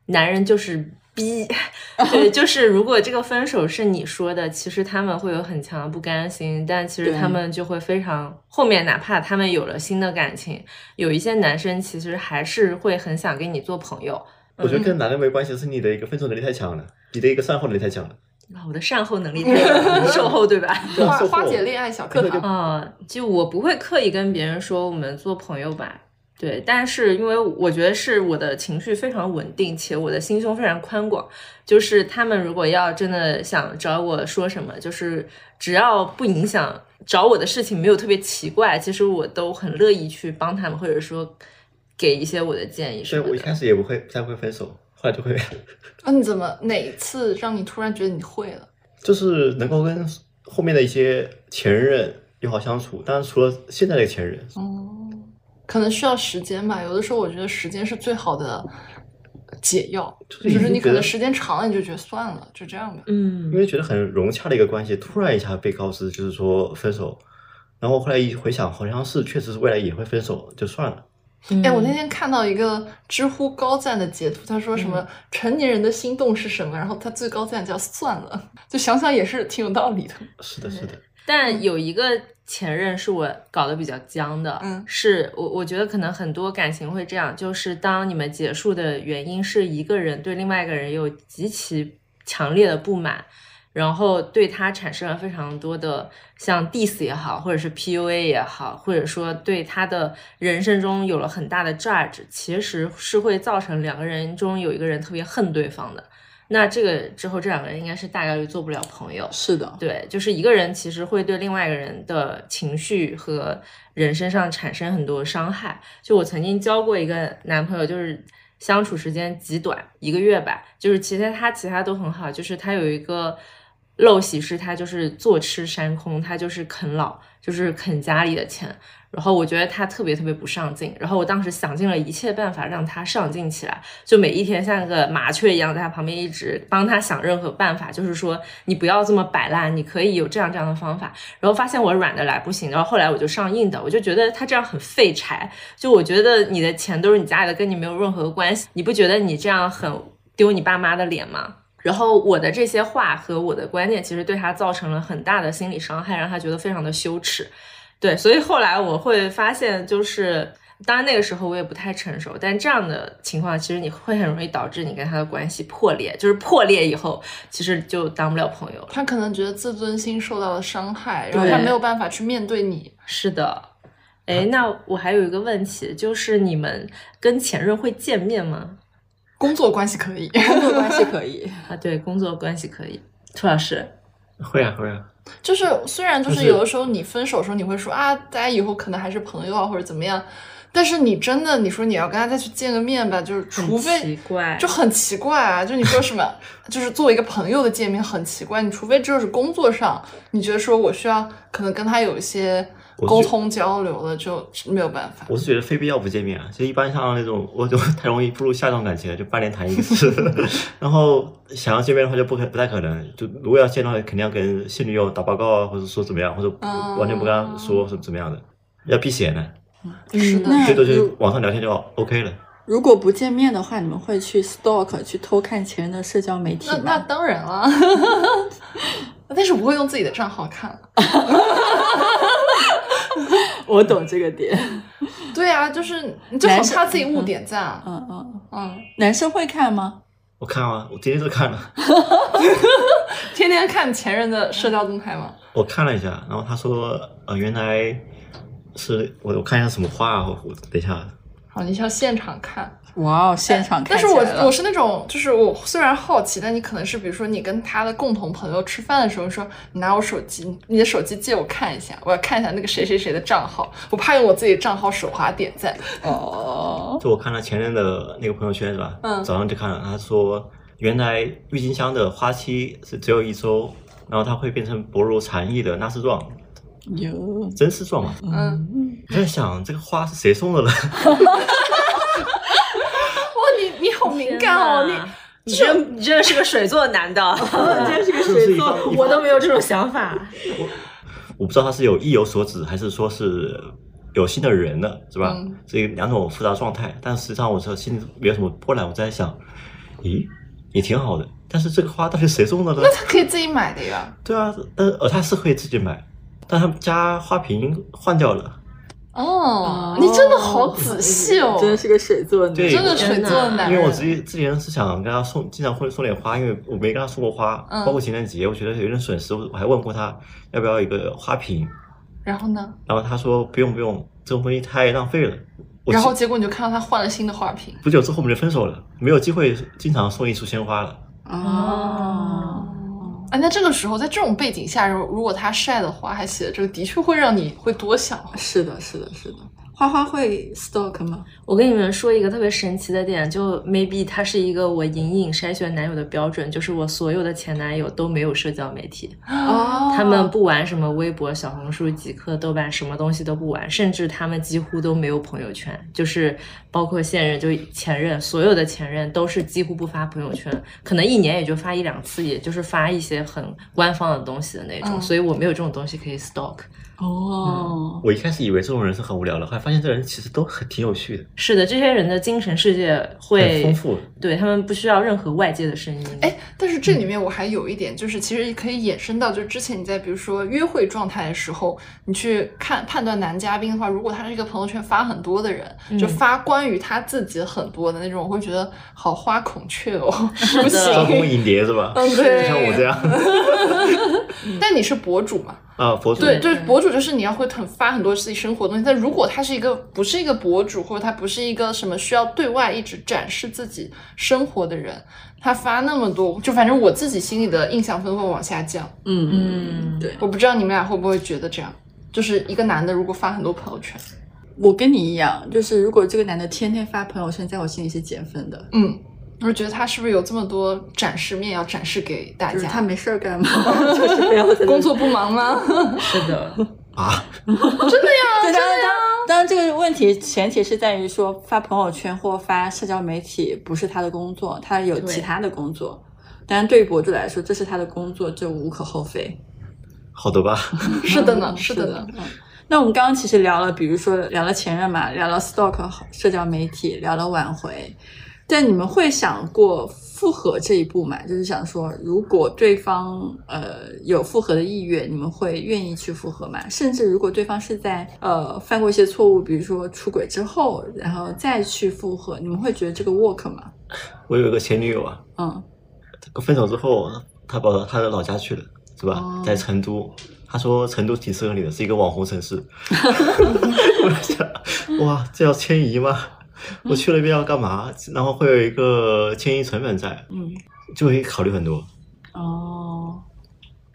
C: 男人就是逼， 对，就是如果这个分手是你说的，其实他们会有很强的不甘心，但其实
B: 对
C: 他们就会非常后面，哪怕他们有了新的感情，有一些男生其实还是会很想跟你做朋友。
D: 我
A: 嗯
D: 觉得跟男人没关系，是你的一个分手能力太强了，你的一个善后能力太强了。
C: 啊我的善后能力太强，售后对吧？
D: 对啊
A: 花
D: 售后
A: 花姐恋爱小课堂，
C: 嗯，就我不会刻意跟别人说我们做朋友吧，对，但是因为我觉得是我的情绪非常稳定，且我的心胸非常宽广，就是他们如果要真的想找我说什么，就是只要不影响找我的事情没有特别奇怪，其实我都很乐意去帮他们，或者说给一些我的建议什
D: 所以
C: 么
D: 我一
C: 的。
D: 开始也不会不太会分手，后来就会，
A: 那、你怎么哪一次让你突然觉得你会了？
D: 就是能够跟后面的一些前任友好相处。当然，除了现在的前任，
A: 哦，可能需要时间吧。有的时候我觉得时间是最好的解药，
D: 就是
A: 就
D: 已经
A: 是你
D: 觉
A: 可
D: 得
A: 能时间长了你就觉得算了，就这样吧。
D: 因
C: 嗯
D: 为觉得很融洽的一个关系，突然一下被告知就是说分手，然后后来一回想，好像是确实是未来也会分手，就算了。
C: 嗯，
A: 哎，我那天看到一个知乎高赞的截图，他说什么
C: 嗯
A: 成年人的心动是什么，然后他最高赞叫算了，就想想也是挺有道理的。
D: 是的，是的，
C: 但有一个前任是我搞得比较僵的，
A: 嗯
C: 是我我觉得可能很多感情会这样，就是当你们结束的原因是一个人对另外一个人有极其强烈的不满，然后对他产生了非常多的像 diss 也好，或者是 PUA 也好，或者说对他的人生中有了很大的 judge，其实是会造成两个人中有一个人特别恨对方的。那这个之后，这两个人应该是大概率做不了朋友。
B: 是的，
C: 对，就是一个人其实会对另外一个人的情绪和人身上产生很多伤害。就我曾经交过一个男朋友，就是相处时间极短，一个月吧。就是其实他其他都很好，就是他有一个陋习是，他就是坐吃山空，他就是啃老，就是啃家里的钱。然后我觉得他特别特别不上进，然后我当时想尽了一切办法让他上进起来，就每一天像个麻雀一样在他旁边一直帮他想任何办法，就是说你不要这么摆烂，你可以有这样这样的方法。然后发现我软的来不行，然后后来我就上硬的，我就觉得他这样很废柴，就我觉得你的钱都是你家里的，跟你没有任何关系，你不觉得你这样很丢你爸妈的脸吗？然后我的这些话和我的观念，其实对他造成了很大的心理伤害，让他觉得非常的羞耻。对，所以后来我会发现，就是当然那个时候我也不太成熟，但这样的情况其实你会很容易导致你跟他的关系破裂，就是破裂以后，其实就当不了朋友了。
A: 他可能觉得自尊心受到了伤害，然后他
C: 对
A: 没有办法去面对你。
C: 是的，
D: 嗯
C: 哎，那我还有一个问题，就是你们跟前任会见面吗？
A: 工作关系可以，
B: 工作关系可以，
C: 啊，对，工作关系可以。涂老师，
A: 嗯
D: 会啊会啊，
A: 就是虽然就是
D: 就是
A: 有的时候你分手的时候你会说啊，大家以后可能还是朋友啊或者怎么样，但是你真的你说你要跟他再去见个面吧，就是
C: 很
A: 除非
C: 奇怪，
A: 就很奇怪啊，就你说 什么，就是作为一个朋友的见面很奇怪，你除非就是工作上，你觉得说我需要可能跟他有一些
D: 我
A: 沟
D: 觉
A: 通交流了，就没有办法。
D: 我是觉得非必要不见面啊。其实一般像那种，我就 太容易步入下一段感情了，就半年谈一次。 然后想要见面的话，就不可不太可能。就如果要见的话，肯定要跟现女友打报告啊，或者说怎么样，或者不
A: 哦
D: 完全不跟她说是怎么样的，要避嫌的。
C: 嗯
A: 是的
B: 那
D: 最多就是
B: 如
D: 网上聊天就 OK 了。
B: 如果不见面的话，你们会去 stalk 去偷看前任的社交媒体
A: 那那
B: 吗？
A: 当然 了，但是不会用自己的账号看了。
B: 我懂这个点，
A: 对啊，就是你就很怕自己误点赞啊。
B: 嗯嗯，
A: 嗯，
B: 男生会看吗？
D: 我看啊，我天天都看了，
A: 天天看前任的社交动态吗？
D: 我看了一下，然后他说，呃，原来是我我看一下什么话啊，我我等一下，
A: 好，你需要现场看。
B: 哇哦，现场看
A: 但
B: 起
A: 是
B: 来
A: 我
B: 了，
A: 我是那种，就是我虽然好奇，但你可能是比如说你跟他的共同朋友吃饭的时候说，你拿我手机，你你的手机借我看一下，我要看一下那个谁谁谁的账号，我怕用我自己的账号手滑点赞。
B: 哦，
D: 就我看了前任的那个朋友圈是吧？
A: 嗯
D: 早上就看了，他说原来郁金香的花期是只有一周，然后它会变成薄如蝉翼的纳斯状、
B: 有，
D: 真丝状嘛。
A: 嗯，
D: 我在想这个花是谁送的了？
A: 哇，你你好敏感哦，
C: 天哪
A: 你。
C: 你这你这是个水做男的，
B: 这是个
D: 是不是
B: 水
D: 一
B: 做
D: 方一
C: 我
D: 方？
C: 都没有这种想法。
D: 我不知道他是有意有所指，还是说是有新的人了，是吧？
A: 嗯
D: 这两种复杂状态，但实际上我说心里没有什么波澜。我在想，咦，也挺好的，但是这个花到底 谁送的呢？
A: 那他可以自己买的呀。
D: 对啊，但呃他是可以自己买，但他们家花瓶换掉了。
B: 嗯
A: 哦，你真的好仔细哦，
B: 真是个水做男，
D: 对
A: 真的水做的男
D: 因为
A: 人。
D: 我之前之前是想跟他送，经常会送点花，因为我没跟他送过花，
A: 嗯
D: 包括情人节，我觉得有点损失，我还问过他要不要一个花瓶，
A: 然后呢？
D: 然后他说不用不用，这种东西太浪费了。我
A: 然后
D: 记
A: 结果你就看到他换了新的花瓶。
D: 不久之后我们就分手了，没有机会经常送一束鲜花了。
B: 哦，
A: 哎，那这个时候，在这种背景下，如如果他晒的花还写的这个，的确会让你会多想。
B: 是的，是的，是的。花花会 stalk 吗？
C: 我跟你们说一个特别神奇的点，就 maybe 它是一个我隐隐筛选男友的标准，就是我所有的前男友都没有社交媒体，
B: 哦
C: 他们不玩什么微博、小红书、极客、豆瓣，什么东西都不玩，甚至他们几乎都没有朋友圈，就是包括现任，就前任，所有的前任都是几乎不发朋友圈，可能一年也就发一两次，也就是发一些很官方的东西的那种，
A: 嗯
C: 所以我没有这种东西可以 stalk。
B: 哦，
D: 我一开始以为这种人是很无聊的，后来发现这人其实都很挺有趣的，
C: 是的，这些人的精神世界
D: 很丰
C: 会。
D: 富。
C: 对他们不需要任何外界的声音。
A: 哎，但是这里面我还有一点，就是其实可以衍生到，就之前你在比如说约会状态的时候，你去看判断男嘉宾的话，如果他是一个朋友圈发很多的人，就
C: 嗯
A: 发关于他自己很多的那种，我会觉得好花孔雀哦， 不
C: 的
D: 招蜂
A: 行。
D: 引蝶是吧？
A: 嗯，
D: 就
A: 对。
D: 像我这样
A: 但你是博主嘛？
D: 啊，佛祖
A: 对，就是博主，就是你要会很发很多自己生活的东西。但如果他是一个不是一个博主，或者他不是一个什么需要对外一直展示自己生活的人，他发那么多，就反正我自己心里的印象分会往下降。
B: 嗯嗯，
C: 嗯，
B: 对，
A: 我不知道你们俩会不会觉得这样，就是一个男的如果发很多朋友圈，
B: 我跟你一样，就是如果这个男的天天发朋友圈，在我心里是减分的，
A: 嗯，我觉得他是不是有这么多展示面要展示给大
B: 就是
A: 家？
B: 他没事儿干嘛，就是不要在那
A: 工作不忙吗？
C: 是的，
D: 啊，
B: 对，当然，当然当然，这个问题前提是在于说，发朋友圈或发社交媒体不是他的工作，他有
C: 对
B: 其他的工作。当然，对于博主来说，这是他的工作，这无可厚非。
D: 好的吧，
A: 是的呢，
B: 嗯
A: 是
B: 是
A: 的
B: 的
A: 呢。。
B: 嗯那我们刚刚其实聊了，比如说聊了前任嘛，聊了 stalk 社交媒体，聊了挽回，但你们会想过复合这一步吗？就是想说，如果对方呃有复合的意愿，你们会愿意去复合吗？甚至如果对方是在呃犯过一些错误，比如说出轨之后，然后再去复合，你们会觉得这个 work 吗？
D: 我有一个前女友啊，
B: 嗯，
D: 分手之后，她跑到她的老家去了，是吧？
B: 哦
D: 在成都，她说成都挺适合你的，是一个网红 城市。 我想，哇，这要迁移吗？我去了一遍要干嘛？然后会有一个迁移成本在，
B: 嗯，
D: 就会考虑很多，
B: 哦。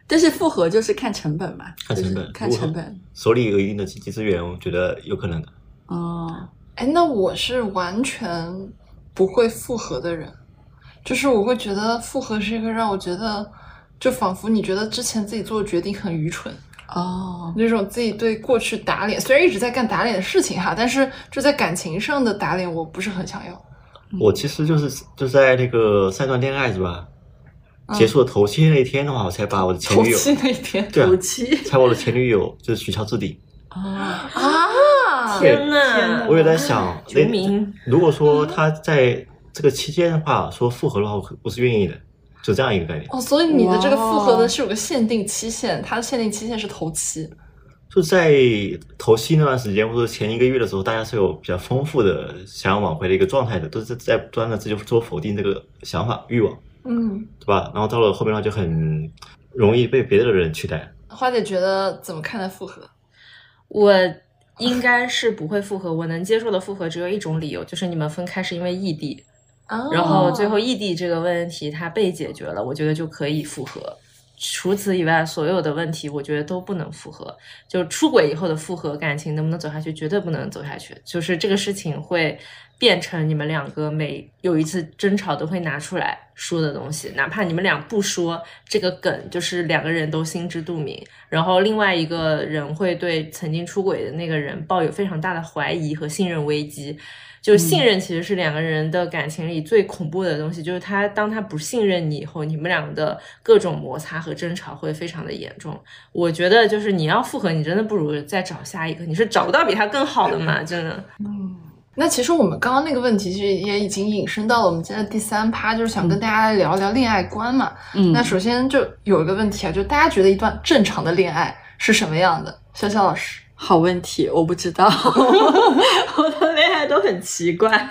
B: 但是复合就是看成本嘛，
D: 看成本
B: 就是看成本。
D: 手里有一定的经济资源，我觉得有可能的。
B: 哦，
A: 哎，那我是完全不会复合的人，就是我会觉得复合是一个让我觉得，就仿佛你觉得之前自己做的决定很愚蠢，
B: 哦，
A: 那种自己对过去打脸，虽然一直在干打脸的事情哈，但是就在感情上的打脸，我不是很想要。嗯
D: 我其实就是就在那个三段恋爱是吧？结束的头七那一天的话，我才把我的前
A: 嗯头
D: 女 友，
A: 七那一天
D: 对啊
B: 夫，妻
D: 才把我的前女友就是取消置顶。
B: 哦，
A: 啊，
D: 对
C: 天呐，
D: 我也在 想，
C: 全民
D: 那如果说他在这个期间的话，说复合的话，我我是愿意的，就这样一个概念。
A: 哦，所以你的这个复合
B: 哇
A: 的是有个限定期限，它的限定期限是头七。
D: 就在头期那段时间，或者前一个月的时候，大家是有比较丰富的想要挽回的一个状态的，都是在不断的自己做否定这个想法欲望，
A: 嗯，
D: 对吧？然后到了后面的话，就很容易被别的人取代。
A: 花姐觉得怎么看待复合？
C: 我应该是不会复合，我能接受的复合只有一种理由，就是你们分开是因为异地，
A: 啊
C: 然后最后异地这个问题它被解决了，我觉得就可以复合。除此以外，所有的问题我觉得都不能复合。就出轨以后的复合感情能不能走下去，绝对不能走下去。就是这个事情会变成你们两个每有一次争吵都会拿出来说的东西，哪怕你们俩不说这个梗，就是两个人都心知肚明。然后另外一个人会对曾经出轨的那个人抱有非常大的怀疑和信任危机。就信任其实是两个人的感情里最恐怖的东西，就是他当他不信任你以后，你们俩的各种摩擦和争吵会非常的严重。我觉得就是你要复合，你真的不如再找下一个，你是找不到比他更好的嘛，真的。
A: 那其实我们刚刚那个问题，其实也已经引申到了我们现在第三趴，就是想跟大家聊聊恋爱观嘛。
B: 嗯
A: 那首先就有一个问题啊，就大家觉得一段正常的恋爱是什么样的？潇潇老师，
B: 好问题，我不知道， 我的恋爱都很奇怪，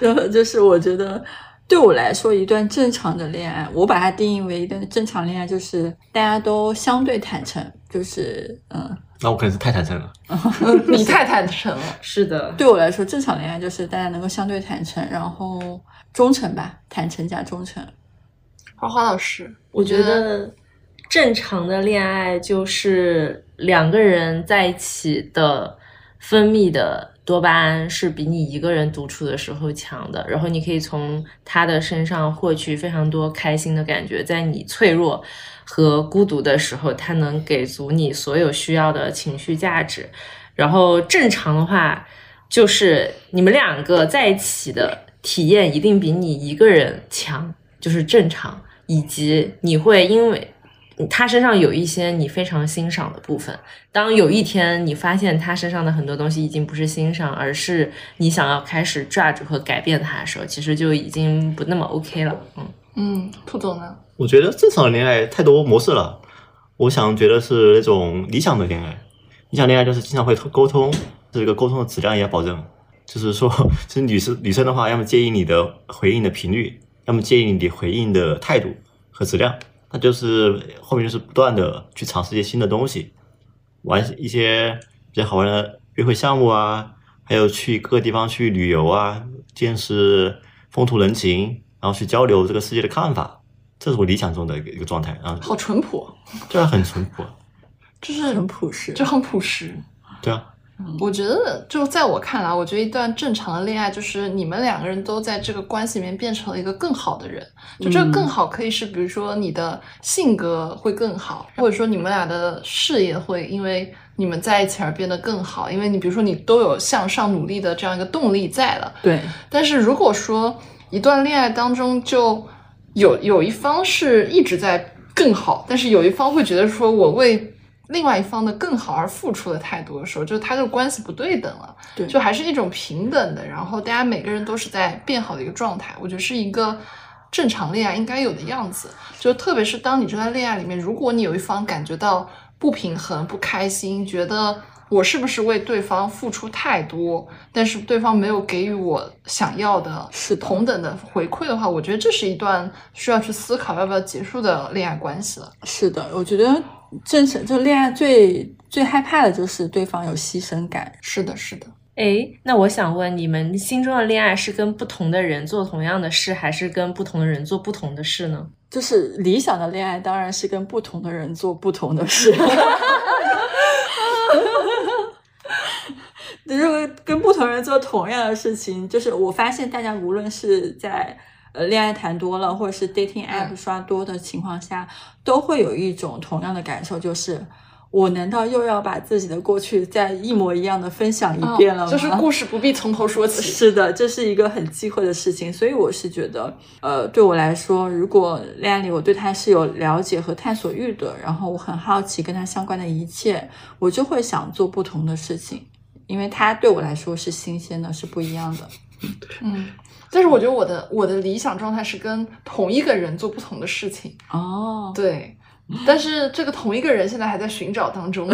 B: 就就是我觉得。对我来说，一段正常的恋爱，我把它定义为一段正常恋爱，就是大家都相对坦诚，就是嗯，
D: 那我可能是太坦诚了，
B: 呃
A: 你太坦诚了，
C: 是的，
B: 对我来说，正常恋爱就是大家能够相对坦诚，然后忠诚吧，坦诚加忠诚。
A: 花花老师，
C: 我
A: 你
C: 觉得正常的恋爱就是两个人在一起的分泌的多巴胺是比你一个人独处的时候强的，然后你可以从他的身上获取非常多开心的感觉，在你脆弱和孤独的时候，他能给足你所有需要的情绪价值。然后正常的话，就是你们两个在一起的体验一定比你一个人强，就是正常，以及你会因为他身上有一些你非常欣赏的部分，当有一天你发现他身上的很多东西已经不是欣赏，而是你想要开始抓住和改变他的时候，其实就已经不那么 OK 了。嗯，
A: 嗯，兔总呢？
D: 我觉得正常的恋爱太多模式了，我想觉得是那种理想的恋爱，理想恋爱就是经常会沟通，这个沟通的质量也要保证，就是说， 就是女生女生的话，要么介意你的回应的频率，要么介意你回应的态度和质量，那就是后面就是不断的去尝试一些新的东西，玩一些比较好玩的约会项目啊，还有去各个地方去旅游啊，见识风土人情，然后去交流这个世界的看法。这是我理想中的一个一个状态，然后
A: 好淳朴，
D: 对啊，很淳朴啊，
A: 就是
B: 很朴实，
A: 就很朴实。
D: 对啊，
A: 我觉得，就在我看来，我觉得一段正常的恋爱就是你们两个人都在这个关系里面变成了一个更好的人。就这个更好，可以是比如说你的性格会更好，或者说你们俩的事业会因为你们在一起而变得更好，因为你比如说你都有向上努力的这样一个动力在了。
B: 对，
A: 但是如果说一段恋爱当中就有有一方是一直在更好，但是有一方会觉得说我为另外一方的更好而付出的太多的时候，就是他这个关系不对等了，
B: 对
A: 就还是一种平等的，然后大家每个人都是在变好的一个状态，我觉得是一个。正常恋爱应该有的样子，就特别是当你这段恋爱里面，如果你有一方感觉到不平衡、不开心，觉得我是不是为对方付出太多，但是对方没有给予我想要的
B: 是的
A: 同等的回馈的话，我觉得这是一段需要去思考要不要结束的恋爱关系了。
B: 是的，我觉得正常就恋爱最最害怕的就是对方有牺牲感。
A: 是的，是的，
C: 诶，那我想问，你们心中的恋爱是跟不同的人做同样的事，还是跟不同的人做不同的事呢？
B: 就是理想的恋爱当然是跟不同的人做不同的事。 如果跟不同人做同样的事情，就是我发现大家无论是在呃恋爱谈多了，或者是 dating app
A: 嗯
B: 刷多的情况下，都会有一种同样的感受，就是我难道又要把自己的过去再一模一样的分享一遍了吗？
A: 哦就是故事不必从头 说起。
B: 是的，这是一个很忌讳的事情，所以我是觉得，呃，对我来说，如果恋爱里我对他是有了解和探索欲的，然后我很好奇跟他相关的一切，我就会想做不同的事情，因为他对我来说是新鲜的，是不一样的。
A: 嗯，但是我觉得我的我的理想状态是跟同一个人做不同的事情。
B: 哦，
A: 对，但是这个同一个人现在还在寻找当中，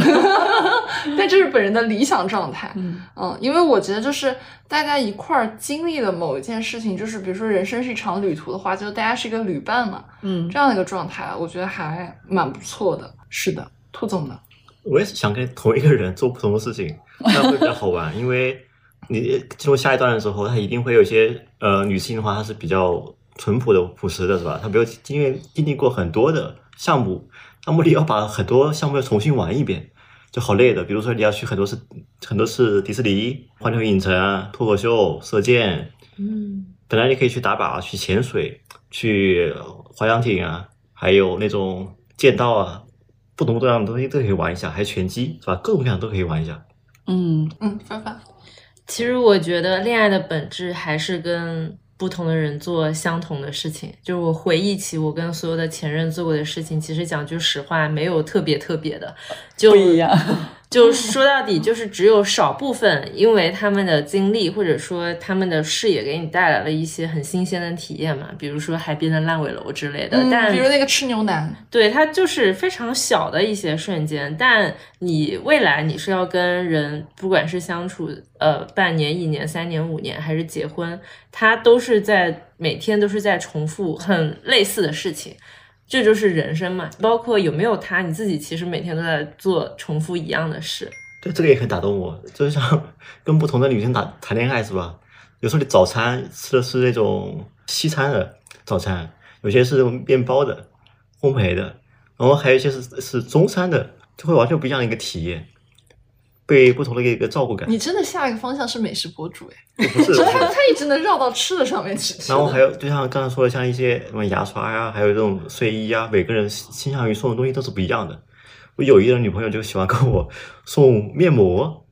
A: 但这是本人的理想状态。
B: 嗯，
A: 嗯，因为我觉得就是大家一块儿经历了某一件事情，就是比如说人生是一场旅途的话，就大家是一个旅伴嘛，
B: 嗯，
A: 这样的一个状态，啊我觉得还蛮不错的。是的，兔总呢？
D: 我也是想跟同一个人做不同的事 情，那会比较好玩，因为你进入下一段的时候，他一定会有一些呃女性的话，她是比较淳朴的、朴实的，是吧？她没有经验经历过很多的项目，那目的要把很多项目要重新玩一遍，就好累的。比如说你要去很多次、很多次迪士尼、环球影城啊、脱口秀、射箭，
C: 嗯，
D: 本来你可以去打靶、去潜水、去 滑翔艇啊，还有那种剑道啊，不同多样的东西都可以玩一下，还有拳击是吧？各种各样都可以玩一下。
B: 嗯，
A: 嗯，凡凡，
C: 其实我觉得恋爱的本质还是跟不同的人做相同的事情。就是我回忆起我跟所有的前任做过的事情，其实讲句实话，没有特别特别的，就
B: 不一样。
C: 就说到底，就是只有少部分，因为他们的经历或者说他们的视野，给你带来了一些很新鲜的体验嘛，比如说海边的烂尾楼之类的。呃
B: 嗯
C: 但
A: 嗯比如那个吃牛腩，
C: 对它就是非常小的一些瞬间，但你未来你是要跟人，不管是相处呃半年、一年、三年、五年，还是结婚，它都是在每天都是在重复很类似的事情，这就是人生嘛。包括有没有他，你自己其实每天都在做重复一样的事。
D: 对，这个也很打动我，就是像跟不同的女生打谈恋爱是吧？有时候你早餐吃的是那种西餐的早餐，有些是那种面包的、烘焙的，然后还有一些是是中餐的，就会完全不一样的一个体验，被不同的一个一个照顾感。
A: 你真的下一个方向是美食博主哎，
D: 不是，不是
A: 他一直能绕到吃的上面去。
D: 然后还有，就像刚才说的，像一些什么牙刷呀、还有这种睡衣啊，每个人倾向于送的东西都是不一样的。我有一个女朋友就喜欢跟我送面膜，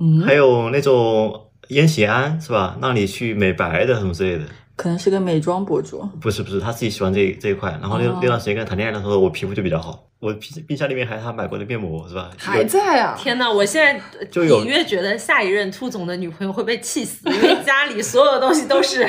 B: 嗯，
D: 还有那种烟酰胺是吧？让你去美白的什么之类的。
B: 可能是个美妆博主。
D: 不是不是，她自己喜欢这这一块。然后那
B: 哦
D: 那段时间跟她谈恋爱的时候，我皮肤就比较好。我冰冰箱里面还有她买过的面膜是吧？
A: 还
D: 有
A: 在啊？
C: 天呐，我现在
D: 就有
C: 隐约觉得下一任兔总的女朋友会被气死，因为家里所有东西都是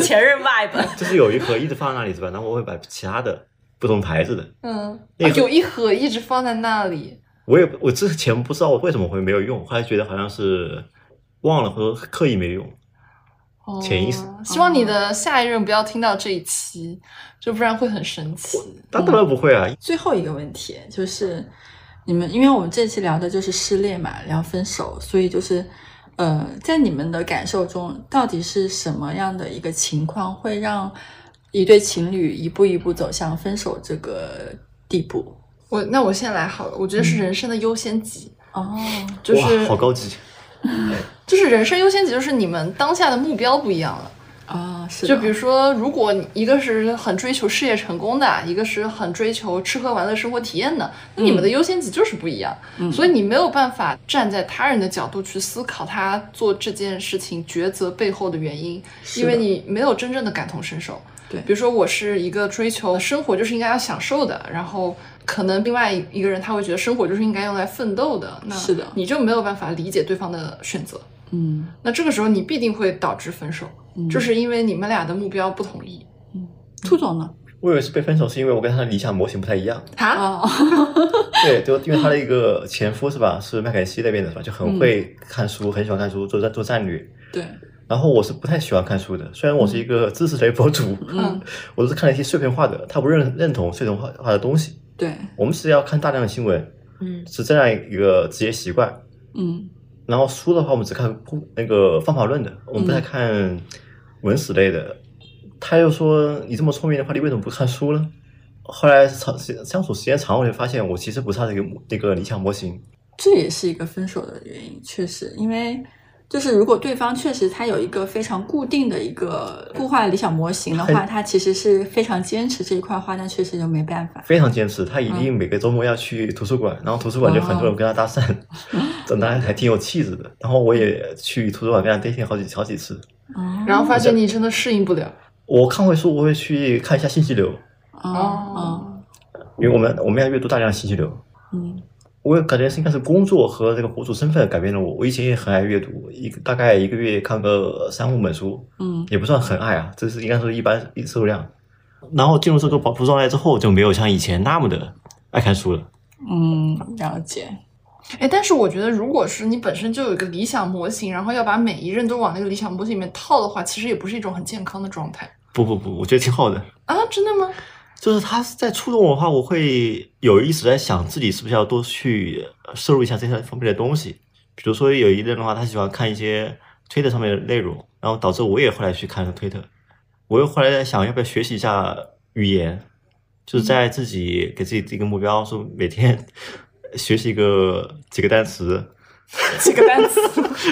C: 前任 vibe。
D: 就是有一盒一直放那里是吧？然后我会买其他的不同牌子的。
A: 嗯，
D: 那个
A: 有一盒一直放在那里，
D: 我也我之前不知道我为什么会没有用，后来觉得好像是忘了或者刻意没用。
A: 哦
D: 潜意识。
A: 希望你的下一任不要听到这一期，就不然会很神奇。
D: 那当然不会
A: 嗯
D: 啊，
B: 最后一个问题就是，你们因为我们这期聊的就是失恋嘛，聊分手，所以就是，呃，在你们的感受中，到底是什么样的一个情况会让一对情侣一步一步走向分手这个地步？
A: 嗯我那我先来好了，我觉得是人生的优先级，哦，就是
D: 哇，好高级。
A: 就是人生优先级，就是你们当下的目标不一样了。
B: 啊，是
A: 就
B: 的
A: 比如说，如果你一个是很追求事业成功的，一个是很追求吃喝玩乐生活体验的，那你们
D: 嗯
A: 的优先级就是不一样，
B: 嗯
A: 所以你没有办法站在他人的角度去思考他做这件事情抉择背后的原因，
B: 是
A: 因为
B: 的
A: 你没有真正的感同身受。
B: 对
A: 比如说我是一个追求生活就是应该要享受的，然后可能另外一个人他会觉得生活就是应该用来奋斗的，那
B: 是的
A: 你就没有办法理解对方的选择。
B: 嗯，
A: 那这个时候你必定会导致分手，
B: 嗯
A: 这是因为你们俩的目标不统一
B: 兔总呢？
D: 我以为是被分手是因为我跟他的理想模型不太一样。
A: 啊。
B: 啊，
D: 对，就因为他的一个前夫是吧，是麦肯锡那边的是吧，就很会
A: 嗯
D: 看书，很喜欢看书，做战做战略。
B: 对，
D: 然后我是不太喜欢看书的，虽然我是一个知识类博主，
A: 嗯，
D: 我都是看了一些碎片化的，他不认认同碎片化化的东西。
B: 对，
D: 我们是要看大量的新闻，
C: 嗯，
D: 是这样一个职业习惯。
B: 嗯，
D: 然后书的话，我们只看故那个方法论的，我们不太看文史类的。他又说：“你这么聪明的话，你为什么不看书呢？”后来长时相处时间长，我就发现我其实不是他的一个那个理想模型。
B: 这也是一个分手的原因，确实，因为就是如果对方确实他有一个非常固定的一个固化理想模型的话，
D: 很
B: 他其实是非常坚持这一块的话，那确实就没办法。
D: 非常坚持，他一定每个周末要去图书馆，然后图书馆就很多人跟他搭讪，这当然还挺有气质的。然后我也去图书馆跟他 dating 好几好几次。
B: 哦
A: 然后发现你真的适应不了
B: 嗯
D: 我看会书，我会去看一下信息流，
B: 哦，
D: 因为我们我们要阅读大量的信息流。
B: 哦嗯
D: 我感觉是应该是工作和这个博主身份改变了我。我以前也很爱阅读，一个大概一个月看个三五本书，
B: 嗯
D: 也不算很爱啊，这是应该说一般收量。然后进入这个保护状态之后，就没有像以前那么的爱看书了。
B: 嗯，了解。
A: 哎，但是我觉得，如果是你本身就有一个理想模型，然后要把每一任都往那个理想模型里面套的话，其实也不是一种很健康的状态
D: 不不不，我觉得挺好的。
A: 啊！真的吗？
D: 就是他在触动我的话，我会有意识地在想自己是不是要多去呃摄入一下这些方面的东西。比如说有一个人的话，他喜欢看一些推特上面的内容，然后导致我也后来去看了推特。我又后来在想，要不要学习一下语言，就是在自己给自己定个目标，说每天 学习一个几个单词。
A: 几个单词，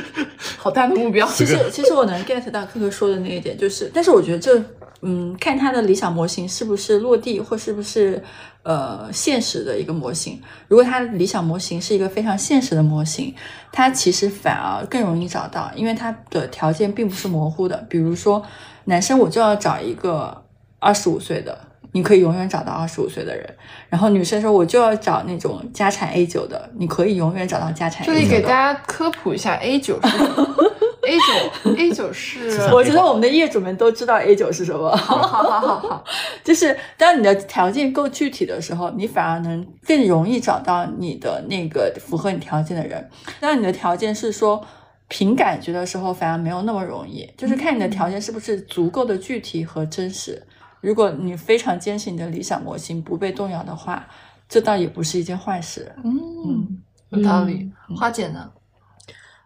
A: 好大的目标。
B: 其实其实我能 get 到科科说的那一点，就是，但是我觉得这，嗯，看他的理想模型是不是落地或是不是呃现实的一个模型。如果他的理想模型是一个非常现实的模型，他其实反而更容易找到，因为他的条件并不是模糊的。比如说，男生我就要找一个二十五岁的。你可以永远找到二十五岁的人，然后女生说我就要找那种家产 A 九的，你可以永远找到家产 A
A: 这
B: 九的。
A: 里给大家科普一下，A 九是 A 九 A 九 是
D: 是啥
B: 我觉得我们的业主们都知道 A 九是什么，
A: 好好好好好，
B: 就是当你的条件够具体的时候，你反而能更容易找到你的那个符合你条件的人。当你的条件是说凭感觉的时候，反而没有那么容易，就是看你的条件是不是足够的具体和真实。如果你非常坚持你的理想模型不被动摇的话，这倒也不是一件坏事。
A: 嗯，有道理。
B: 嗯
A: 花姐呢？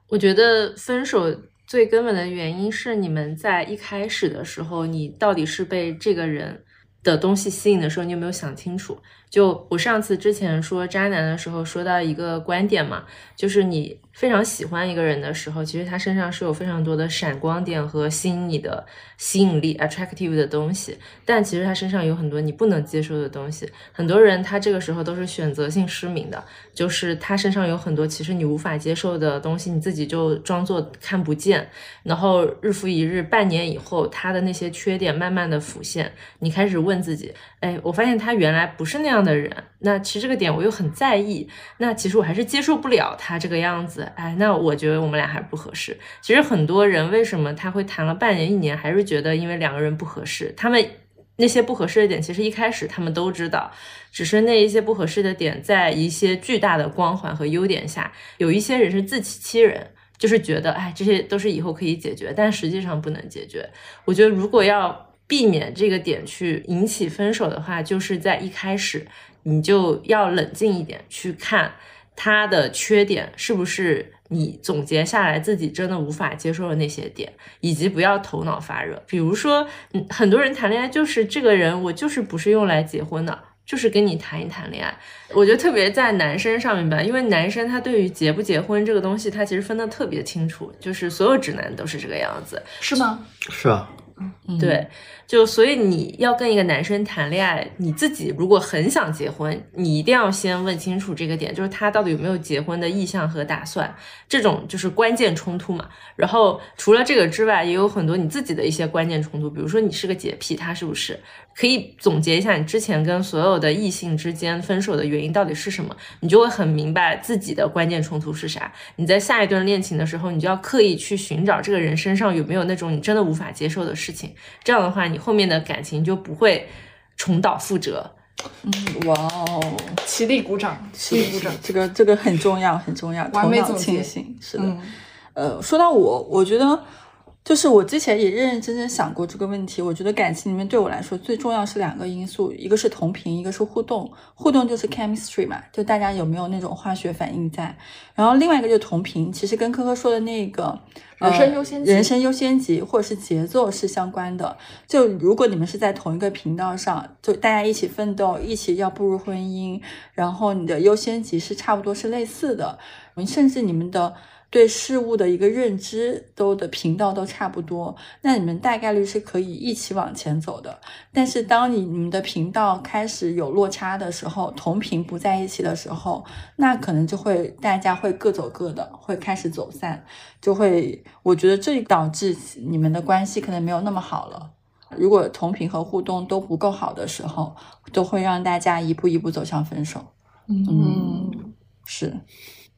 C: 我觉得分手最根本的原因是你们在一开始的时候，你到底是被这个人的东西吸引的时候，你有没有想清楚？就我上次之前说渣男的时候，说到一个观点嘛，就是你非常喜欢一个人的时候，其实他身上是有非常多的闪光点和吸引你的吸引力 （attractive） 的东西，但其实他身上有很多你不能接受的东西。很多人他这个时候都是选择性失明的，就是他身上有很多其实你无法接受的东西，你自己就装作看不见，然后日复一日，半年以后，他的那些缺点慢慢的浮现，你开始问自己，哎，我发现他原来不是那样的人，那其实这个点我又很在意，那其实我还是接受不了他这个样子，哎，那我觉得我们俩还不合适。其实很多人为什么他会谈了半年一年，还是觉得因为两个人不合适，他们。那些不合适的点，其实一开始他们都知道，只是那一些不合适的点，在一些巨大的光环和优点下，有一些人是自欺欺人，就是觉得哎，这些都是以后可以解决，但实际上不能解决。我觉得如果要避免这个点去引起分手的话，就是在一开始你就要冷静一点去看他的缺点是不是。你总结下来自己真的无法接受的那些点，以及不要头脑发热。比如说，嗯，很多人谈恋爱就是这个人，我就是不是用来结婚的，就是跟你谈一谈恋爱。我觉得特别在男生上面吧，因为男生他对于结不结婚这个东西，他其实分得特别清楚，就是所有直男都是这个样子。
A: 是吗？
D: 是啊，
B: 嗯
C: 对，就所以你要跟一个男生谈恋爱，你自己如果很想结婚，你一定要先问清楚这个点，就是他到底有没有结婚的意向和打算，这种就是关键冲突嘛。然后除了这个之外，也有很多你自己的一些关键冲突，比如说你是个洁癖，他是不是？可以总结一下你之前跟所有的异性之间分手的原因到底是什么，你就会很明白自己的关键冲突是啥。你在下一段恋情的时候，你就要刻意去寻找这个人身上有没有那种你真的无法接受的事情。这样的话，你后面的感情就不会重蹈覆辙。
B: 哇哦，
A: 起立鼓掌，起立鼓掌。
B: 这个这个很重要，很重要，
A: 完美
B: 头脑
A: 总结
B: 清醒是的。
A: 嗯，
B: 呃，说到我，我觉得就是我之前也认认真真想过这个问题。我觉得感情里面对我来说最重要是两个因素，一个是同频，一个是互动。互动就是 chemistry 嘛，就大家有没有那种化学反应在。然后另外一个就是同频，其实跟科科说的那个呃
E: 人生优先级
B: 人生优先级或者是节奏是相关的。就如果你们是在同一个频道上，就大家一起奋斗，一起要步入婚姻，然后你的优先级是差不多是类似的，甚至你们的对事物的一个认知都的频道都差不多，那你们大概率是可以一起往前走的。但是当你你们的频道开始有落差的时候，同频不在一起的时候，那可能就会大家会各走各的，会开始走散，就会我觉得这导致你们的关系可能没有那么好了。如果同频和互动都不够好的时候，都会让大家一步一步走向分手。嗯，是。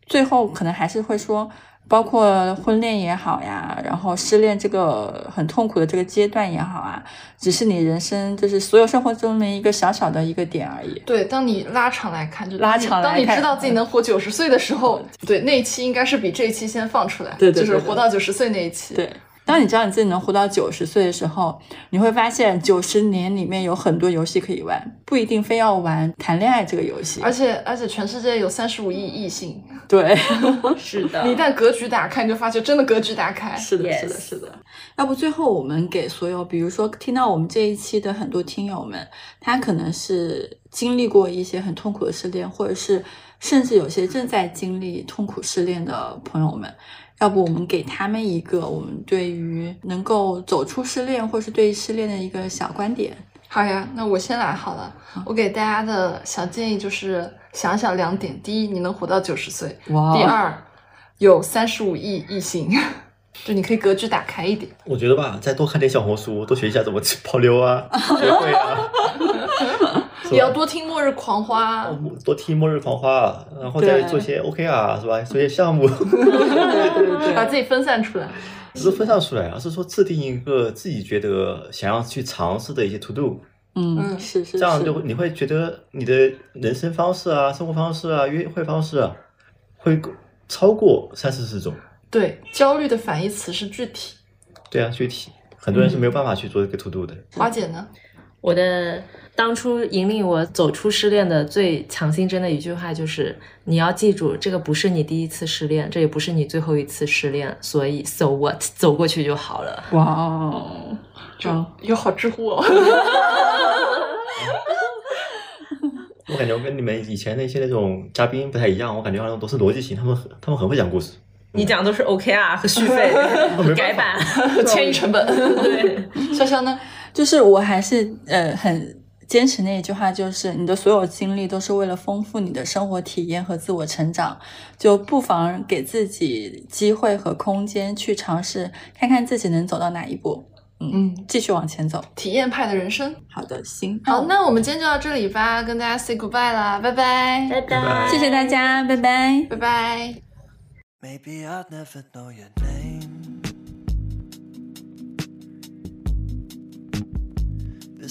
B: 最后可能还是会说，包括婚恋也好呀，然后失恋这个很痛苦的这个阶段也好啊，只是你人生就是所有生活中的一个小小的一个点而已。
A: 对，当你拉长来看，就
B: 拉长
A: 当你当你
B: 来看嗯
A: 知道自己能活九十岁的时候，对，那一期应该是比这一期先放出来，
B: 对对
A: 就
B: 对
A: 是
B: 对
A: 活到九十岁那一期。
B: 对，当你知道你自己能活到九十岁的时候，你会发现九十年里面有很多游戏可以玩，不一定非要玩谈恋爱这个游戏。
A: 而且而且全世界有三十五亿异性，
B: 对，
C: 哦是的
A: 你一旦格局打开，你就发觉真的格局打开。
B: 是的，
C: Yes
B: 是的，是的。要不最后我们给所有，比如说听到我们这一期的很多听友们，他可能是经历过一些很痛苦的失恋，或者是甚至有些正在经历痛苦失恋的朋友们，要不我们给他们一个我们对于能够走出失恋，或是对于失恋的一个小观点。
A: 好呀，那我先来好了。我给大家的小建议就是想想两点：第一，你能活到九十岁；
D: 哦
B: 哇
A: 第二，有三十五亿异性， 就你可以格局打开一点。
D: 我觉得吧，再多看点小红书，多学一下怎么去 泡妞啊，约会啊，
A: 也要多听《末日狂花》
D: 然后多听《末日狂花》啊，然后再
B: 啊对
D: 做一些 OK 啊，是吧？做一些项目，
B: 对对
A: 把自己分散出来。
D: 不是分散出来，而啊是说制定一个自己觉得想要去尝试的一些 to do，
B: 嗯，
A: 嗯
B: 是是是，
D: 这样就会你会觉得你的人生方式啊、生活方式啊、约会方式啊，会超过三四十种。
A: 对，焦虑的反义词是具体。
D: 对啊，具体很多人是
B: 嗯
D: 没有办法去做这个 to do 的。
A: 花姐呢？
C: 我的当初引领我走出失恋的最强心针的一句话就是：你要记住，这个不是你第一次失恋，这也不是你最后一次失恋，所以 so what，走过去就好了。
B: 哇哦，
A: 就
B: 好
A: 有好知乎哦。
D: 我感觉我跟你们以前那些那种嘉宾不太一样，我感觉好像都是逻辑型，他们很他们很会讲故事。
C: 你讲的都是 OK 啊和续费改版，
A: 迁移成本。
C: 对，
A: 潇潇呢？
B: 就是我还是呃很坚持那一句话，就是你的所有经历都是为了丰富你的生活体验和自我成长，就不妨给自己机会和空间去尝试，看看自己能走到哪一步，
A: 嗯，
B: 继续往前走。
A: 体验派的人生。
B: 好的，行，
A: 好，那我们今天就到这里吧，跟大家 say goodbye 啦，拜拜，
D: 拜
B: 谢谢大家，拜拜。
A: 拜拜。
F: Maybe I'd never know your name. But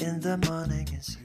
F: in the morning is you.